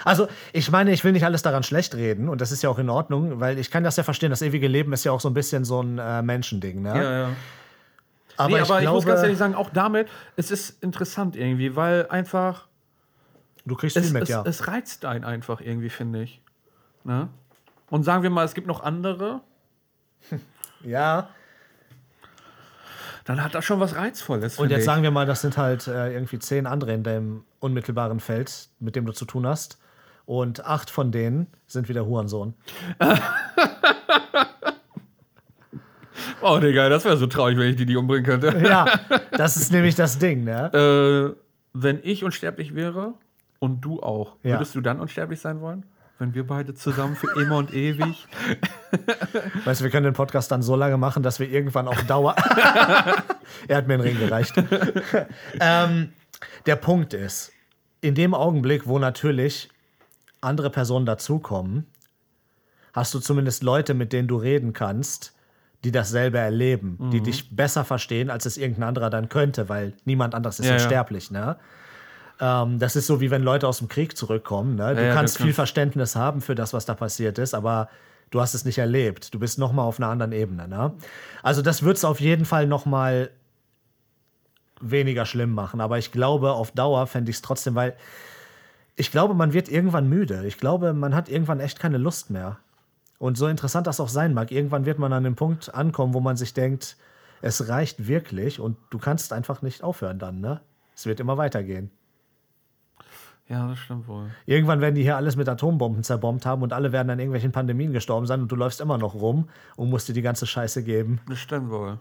[SPEAKER 1] Also, ich meine, ich will nicht alles daran schlecht reden und das ist ja auch in Ordnung, weil ich kann das ja verstehen. Das ewige Leben ist ja auch so ein bisschen so ein äh, Menschending, ne?
[SPEAKER 2] ja. ja.
[SPEAKER 1] Aber,
[SPEAKER 2] nee,
[SPEAKER 1] ich,
[SPEAKER 2] aber ich,
[SPEAKER 1] glaube,
[SPEAKER 2] muss ganz ehrlich sagen, auch damit, es ist interessant irgendwie, weil einfach,
[SPEAKER 1] du kriegst
[SPEAKER 2] es,
[SPEAKER 1] viel mit,
[SPEAKER 2] es,
[SPEAKER 1] ja.
[SPEAKER 2] es reizt einen einfach irgendwie, finde ich. Ne? Und sagen wir mal, es gibt noch andere,
[SPEAKER 1] ja.
[SPEAKER 2] dann hat das schon was Reizvolles.
[SPEAKER 1] Und
[SPEAKER 2] finde
[SPEAKER 1] jetzt
[SPEAKER 2] ich.
[SPEAKER 1] sagen wir mal, das sind halt äh, irgendwie zehn andere in deinem unmittelbaren Feld, mit dem du zu tun hast. Und acht von denen sind wieder Hurensohn.
[SPEAKER 2] Oh, Digga, das wäre so traurig, wenn ich die, die
[SPEAKER 1] <laughs>
[SPEAKER 2] umbringen könnte.
[SPEAKER 1] Ja, das ist nämlich das Ding, ne?
[SPEAKER 2] äh, wenn ich unsterblich wäre und du auch,
[SPEAKER 1] Ja.
[SPEAKER 2] würdest du dann unsterblich sein wollen? Wenn wir beide zusammen für immer und ewig.
[SPEAKER 1] Weißt du, wir können den Podcast dann so lange machen, dass wir irgendwann auf
[SPEAKER 2] <laughs>
[SPEAKER 1] Dauer. er hat mir einen Ring gereicht. ähm, der Punkt ist, in dem Augenblick, wo natürlich andere Personen dazukommen, hast du zumindest Leute, mit denen du reden kannst, die dasselbe erleben,
[SPEAKER 2] Mhm.
[SPEAKER 1] die dich besser verstehen, als es irgendein anderer dann könnte, weil niemand anderes ist
[SPEAKER 2] Ja, ja.
[SPEAKER 1] unsterblich, ne? Ähm, das ist so, wie wenn Leute aus dem Krieg zurückkommen. Ne? Du
[SPEAKER 2] Ja, ja,
[SPEAKER 1] kannst
[SPEAKER 2] das
[SPEAKER 1] viel
[SPEAKER 2] kann's-
[SPEAKER 1] Verständnis haben für das, was da passiert ist, aber du hast es nicht erlebt. Du bist noch mal auf einer anderen Ebene. Ne? Also das wird es auf jeden Fall noch mal weniger schlimm machen. Aber ich glaube, auf Dauer fände ich es trotzdem, weil ich glaube, man wird irgendwann müde. Ich glaube, man hat irgendwann echt keine Lust mehr. Und so interessant das auch sein mag, irgendwann wird man an dem Punkt ankommen, wo man sich denkt, es reicht wirklich und du kannst einfach nicht aufhören dann, ne? Es wird immer weitergehen.
[SPEAKER 2] Ja, das stimmt wohl.
[SPEAKER 1] Irgendwann werden die hier alles mit Atombomben zerbombt haben und alle werden an irgendwelchen Pandemien gestorben sein und du läufst immer noch rum und musst dir die ganze Scheiße geben.
[SPEAKER 2] Das stimmt wohl.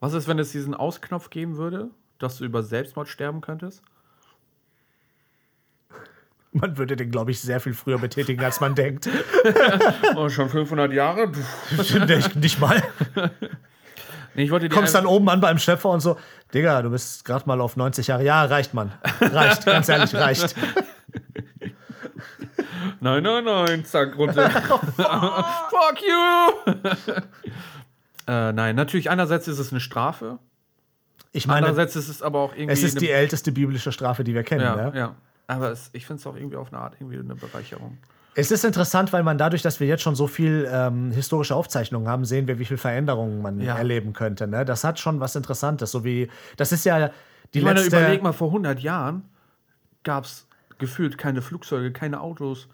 [SPEAKER 2] Was ist, wenn es diesen Ausknopf geben würde, dass du über Selbstmord sterben könntest?
[SPEAKER 1] Man würde den, glaube ich, sehr viel früher betätigen, als man
[SPEAKER 2] <laughs>
[SPEAKER 1] denkt.
[SPEAKER 2] Oh, schon 500 Jahre? Puh.
[SPEAKER 1] nicht, nicht mal.
[SPEAKER 2] Nee, ich wollte dir
[SPEAKER 1] Kommst dann
[SPEAKER 2] einfach-
[SPEAKER 1] oben an beim Schöpfer und so, Digga, du bist gerade mal auf 90 Jahre. Ja, reicht, Mann. Reicht, ganz ehrlich, reicht.
[SPEAKER 2] Nein, nein, nein, zack, <laughs> runter. Fuck you! <laughs> äh, nein, natürlich, einerseits ist es eine Strafe,
[SPEAKER 1] Ich meine,
[SPEAKER 2] andererseits ist es aber auch irgendwie
[SPEAKER 1] es ist
[SPEAKER 2] eine
[SPEAKER 1] die älteste biblische Strafe, die wir kennen.
[SPEAKER 2] Ja,
[SPEAKER 1] ne?
[SPEAKER 2] ja. Aber es, ich finde es auch irgendwie auf eine Art irgendwie eine Bereicherung.
[SPEAKER 1] Es ist interessant, weil man dadurch, dass wir jetzt schon so viel ähm, historische Aufzeichnungen haben, sehen wir, wie viel Veränderungen man
[SPEAKER 2] Ja.
[SPEAKER 1] erleben könnte. Ne? Das hat schon was Interessantes. So wie, das ist ja die
[SPEAKER 2] Ich meine,
[SPEAKER 1] letzte.
[SPEAKER 2] überleg mal, vor 100 Jahren gab es gefühlt keine Flugzeuge, keine Autos.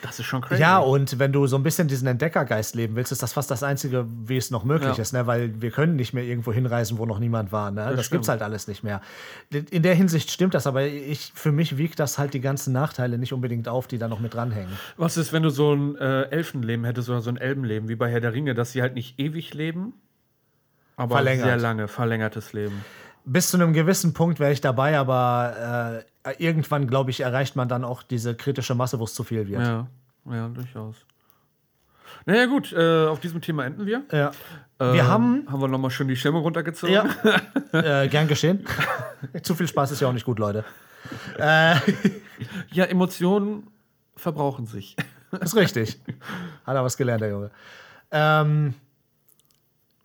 [SPEAKER 2] Das ist schon crazy.
[SPEAKER 1] ja, und wenn du so ein bisschen diesen Entdeckergeist leben willst, ist das fast das Einzige, wie es noch möglich
[SPEAKER 2] Ja.
[SPEAKER 1] ist, ne? weil wir können nicht mehr irgendwo hinreisen, wo noch niemand war. Ne? Das,
[SPEAKER 2] stimmt.
[SPEAKER 1] gibt's halt alles nicht mehr. In der Hinsicht stimmt das, aber ich, für mich wiegt das halt die ganzen Nachteile nicht unbedingt auf, die da noch mit dranhängen.
[SPEAKER 2] Was ist, wenn du so ein äh, Elfenleben hättest oder so ein Elbenleben, wie bei Herr der Ringe, dass sie halt nicht ewig leben, aber
[SPEAKER 1] Verlängert.
[SPEAKER 2] sehr lange, verlängertes Leben.
[SPEAKER 1] bis zu einem gewissen Punkt wäre ich dabei, aber äh, irgendwann, glaube ich, erreicht man dann auch diese kritische Masse, wo es zu viel wird.
[SPEAKER 2] Ja, ja, durchaus. Naja, gut, äh, auf diesem Thema enden wir.
[SPEAKER 1] Ja.
[SPEAKER 2] Ähm,
[SPEAKER 1] haben-
[SPEAKER 2] Haben wir nochmal schön die Schirme runtergezogen. <laughs>
[SPEAKER 1] Ja. äh, gern geschehen. <laughs> zu viel Spaß ist ja auch nicht gut, Leute.
[SPEAKER 2] ja Emotionen verbrauchen sich.
[SPEAKER 1] Ist richtig. Hat er was gelernt, der Junge. Ähm,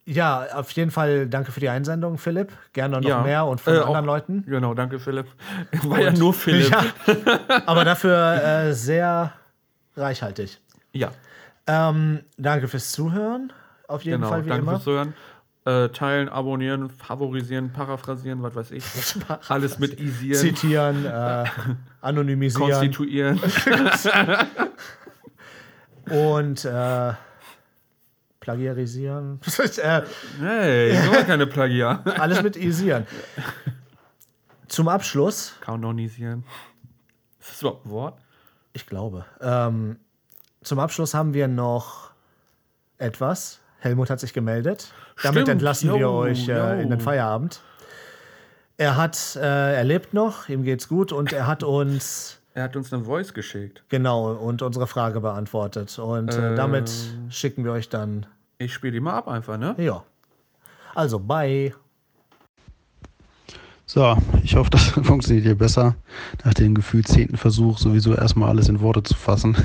[SPEAKER 1] ja, auf jeden Fall danke für die Einsendung, Philipp. Gerne noch
[SPEAKER 2] Ja.
[SPEAKER 1] mehr und von
[SPEAKER 2] Äh,
[SPEAKER 1] anderen
[SPEAKER 2] auch-
[SPEAKER 1] Leuten.
[SPEAKER 2] Genau,
[SPEAKER 1] <laughs>
[SPEAKER 2] danke Philipp. War ja nur Philipp.
[SPEAKER 1] Ja. Aber dafür äh, sehr reichhaltig.
[SPEAKER 2] Ja,
[SPEAKER 1] Ähm, danke fürs Zuhören. Auf jeden
[SPEAKER 2] genau.
[SPEAKER 1] Fall wie
[SPEAKER 2] Danke
[SPEAKER 1] immer.
[SPEAKER 2] fürs Zuhören. Äh, teilen, abonnieren, favorisieren, paraphrasieren, was
[SPEAKER 1] <laughs>
[SPEAKER 2] weiß ich. Alles mit isieren,
[SPEAKER 1] Zitieren, äh, anonymisieren.
[SPEAKER 2] konstituieren.
[SPEAKER 1] und äh, plagiarisieren. <laughs> äh,
[SPEAKER 2] Hey, so war keine Plagiar.
[SPEAKER 1] <laughs> alles mit isieren. Zum Abschluss,
[SPEAKER 2] Kanonisieren. Ist das überhaupt ein Wort?
[SPEAKER 1] ich glaube, ähm, zum Abschluss haben wir noch etwas. Helmut hat sich gemeldet. Damit
[SPEAKER 2] Stimmt,
[SPEAKER 1] entlassen wir
[SPEAKER 2] jo,
[SPEAKER 1] euch äh,
[SPEAKER 2] jo.
[SPEAKER 1] in den Feierabend. Er hat, äh, er lebt noch, ihm geht's gut und er hat uns
[SPEAKER 2] Er hat uns eine Voice geschickt.
[SPEAKER 1] genau und unsere Frage beantwortet und äh, damit schicken wir euch dann
[SPEAKER 2] Ich spiele die mal ab einfach, ne?
[SPEAKER 1] ja. Also bye.
[SPEAKER 6] So, ich hoffe, das <laughs> funktioniert hier besser. Nach dem gefühlt zehnten Versuch sowieso erstmal alles in Worte zu fassen.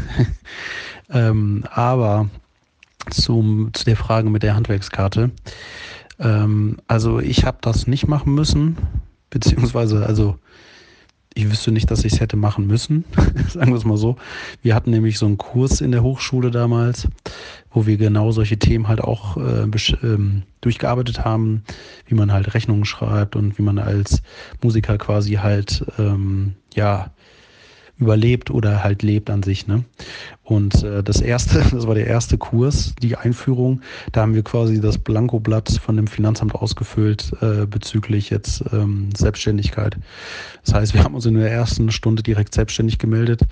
[SPEAKER 6] <laughs> ähm, aber zum, zu der Frage mit der Handwerkskarte. Ähm, also ich habe das nicht machen müssen, <laughs> beziehungsweise also ich wüsste nicht, dass ich es hätte machen müssen, <laughs> sagen wir es mal so. Wir hatten nämlich so einen Kurs in der Hochschule damals, wo wir genau solche Themen halt auch äh, besch- ähm, durchgearbeitet haben, wie man halt Rechnungen schreibt und wie man als Musiker quasi halt ähm, ja überlebt oder halt lebt an sich. Ne? Und äh, das erste, <laughs> das war der erste Kurs, die Einführung. Da haben wir quasi das Blankoblatt von dem Finanzamt ausgefüllt äh, bezüglich jetzt ähm, Selbstständigkeit. Das heißt, wir haben uns in der ersten Stunde direkt selbstständig gemeldet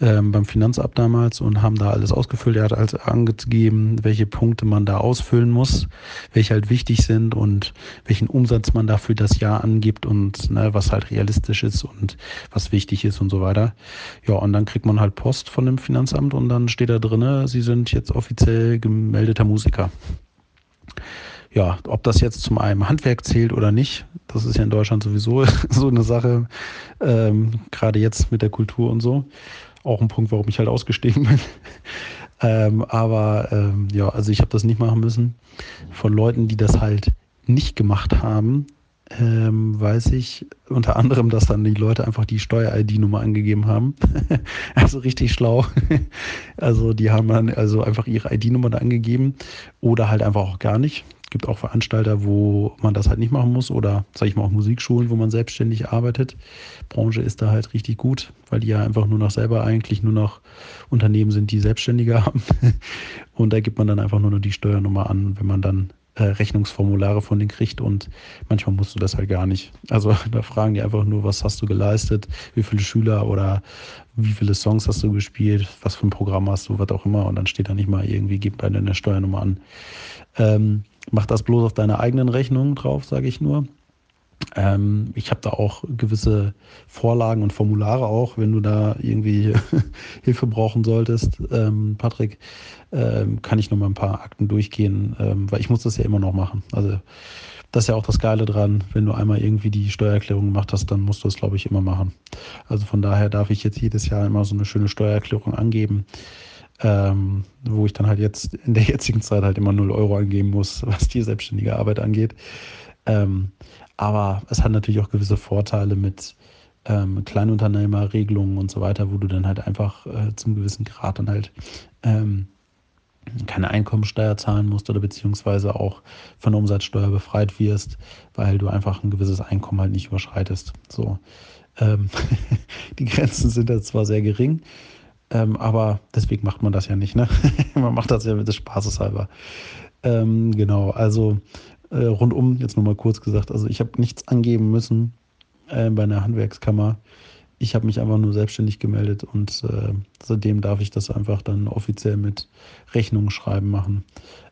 [SPEAKER 6] ähm, beim Finanzamt damals und haben da alles ausgefüllt. Er hat also angegeben, welche Punkte man da ausfüllen muss, welche halt wichtig sind und welchen Umsatz man dafür das Jahr angibt und ne, was halt realistisch ist und was wichtig ist und so weiter. Ja, und dann kriegt man halt Post von dem Finanzamt und dann steht da drin, sie sind jetzt offiziell gemeldeter Musiker. Ja, ob das jetzt zum einem Handwerk zählt oder nicht, das ist ja in Deutschland sowieso <laughs> so eine Sache, ähm, gerade jetzt mit der Kultur und so. Auch ein Punkt, warum ich halt ausgestiegen bin. <laughs> ähm, aber ähm, ja, also ich habe das nicht machen müssen. Von Leuten, die das halt nicht gemacht haben, ähm, weiß ich unter anderem, dass dann die Leute einfach die Steuer-ID-Nummer angegeben haben. <laughs> also richtig schlau. <laughs> also die haben dann also einfach ihre ID-Nummer da angegeben oder halt einfach auch gar nicht. Gibt auch Veranstalter, wo man das halt nicht machen muss oder sage ich mal auch Musikschulen, wo man selbstständig arbeitet. Branche ist da halt richtig gut, weil die ja einfach nur noch selber eigentlich nur noch <laughs> Unternehmen sind, die Selbstständige haben. Und da gibt man dann einfach nur noch die Steuernummer an, wenn man dann äh, Rechnungsformulare von denen kriegt und manchmal musst du das halt gar nicht. Also <laughs> da fragen die einfach nur, was hast du geleistet, wie viele Schüler oder wie viele Songs hast du gespielt, was für ein Programm hast du, was auch immer. Und dann steht da nicht mal irgendwie, gib bei deiner Steuernummer an. Ähm, mach das bloß auf deine eigenen Rechnungen drauf, sage ich nur. Ähm, ich habe da auch gewisse Vorlagen und Formulare auch, wenn du da irgendwie <laughs> Hilfe brauchen solltest, ähm, Patrick, ähm, kann ich noch mal ein paar Akten durchgehen, ähm, weil ich muss das ja immer noch machen. Also das ist ja auch das Geile dran, wenn du einmal irgendwie die Steuererklärung gemacht hast, dann musst du es, glaube ich, immer machen. Also von daher darf ich jetzt jedes Jahr immer so eine schöne Steuererklärung angeben ähm, wo ich dann halt jetzt in der <laughs> jetzigen Zeit halt immer 0 Euro angeben muss, was die selbstständige Arbeit angeht. Ähm, aber es hat natürlich auch gewisse Vorteile mit ähm, Kleinunternehmerregelungen und so weiter, wo du dann halt einfach äh, zum gewissen Grad dann halt ähm, keine Einkommensteuer zahlen musst oder beziehungsweise auch von der Umsatzsteuer befreit wirst, weil du einfach ein gewisses Einkommen halt nicht überschreitest. So. Ähm, <laughs> die Grenzen sind da zwar sehr gering, ähm, aber deswegen macht man das ja nicht, ne? <laughs> man macht das ja mit des Spaßes halber. Ähm, genau, also äh, rundum, jetzt nochmal kurz gesagt, also ich habe nichts angeben müssen äh, bei einer Handwerkskammer. Ich habe mich einfach nur selbstständig gemeldet und äh, seitdem darf ich das einfach dann offiziell mit Rechnungen schreiben machen.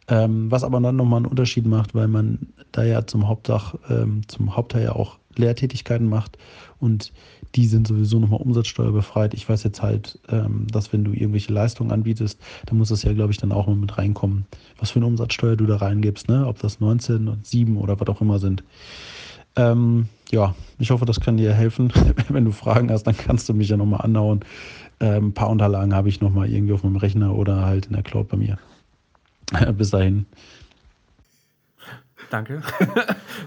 [SPEAKER 6] Ähm, was aber dann nochmal einen Unterschied macht, weil man da ja zum Hauptdach, ähm, zum Hauptteil ja auch Lehrtätigkeiten macht und die sind sowieso nochmal umsatzsteuerbefreit. Ich weiß jetzt halt, ähm, dass wenn du irgendwelche Leistungen anbietest, dann muss das ja, glaube ich, dann auch mal mit reinkommen, was für eine Umsatzsteuer du da reingibst, ne? ob das 19 und 7 oder was auch immer sind. Ähm, ja, ich hoffe, das kann dir helfen. <laughs> wenn du Fragen hast, dann kannst du mich ja nochmal anhauen. Ähm, ein paar Unterlagen habe ich nochmal irgendwie auf meinem Rechner oder halt in der Cloud bei mir. <laughs> Bis dahin.
[SPEAKER 2] Danke.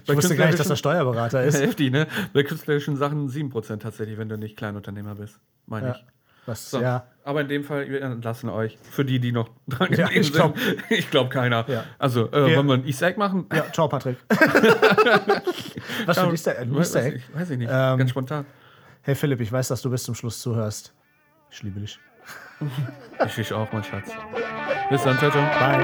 [SPEAKER 1] Ich wusste gar nicht, dass er Steuerberater
[SPEAKER 2] <laughs>
[SPEAKER 1] ist.
[SPEAKER 2] Heftig, ne? Bei künstlerischen Sachen 7% tatsächlich, wenn du nicht Kleinunternehmer bist, meine
[SPEAKER 1] Ja.
[SPEAKER 2] ich.
[SPEAKER 1] Das,
[SPEAKER 2] So.
[SPEAKER 1] ja.
[SPEAKER 2] Aber in dem Fall, wir entlassen euch. Für die, die noch dran
[SPEAKER 1] Ja,
[SPEAKER 2] geblieben
[SPEAKER 1] ich glaub-
[SPEAKER 2] sind. <laughs> Ich glaube keiner.
[SPEAKER 1] Ja.
[SPEAKER 2] Also, äh,
[SPEAKER 1] Wir-
[SPEAKER 2] wollen wir ein Easter Egg machen?
[SPEAKER 1] ja, ciao,
[SPEAKER 2] <laughs>
[SPEAKER 1] Patrick. Was für ein Easter, ein Easter Egg?
[SPEAKER 2] Weiß ich, weiß ich nicht.
[SPEAKER 1] Ähm,
[SPEAKER 2] Ganz spontan.
[SPEAKER 1] Hey Philipp, ich weiß, dass du bis zum Schluss zuhörst. Ich liebe dich.
[SPEAKER 2] Ich, ich auch, mein Schatz. Bis dann, ciao,
[SPEAKER 1] Bye.
[SPEAKER 2] ciao.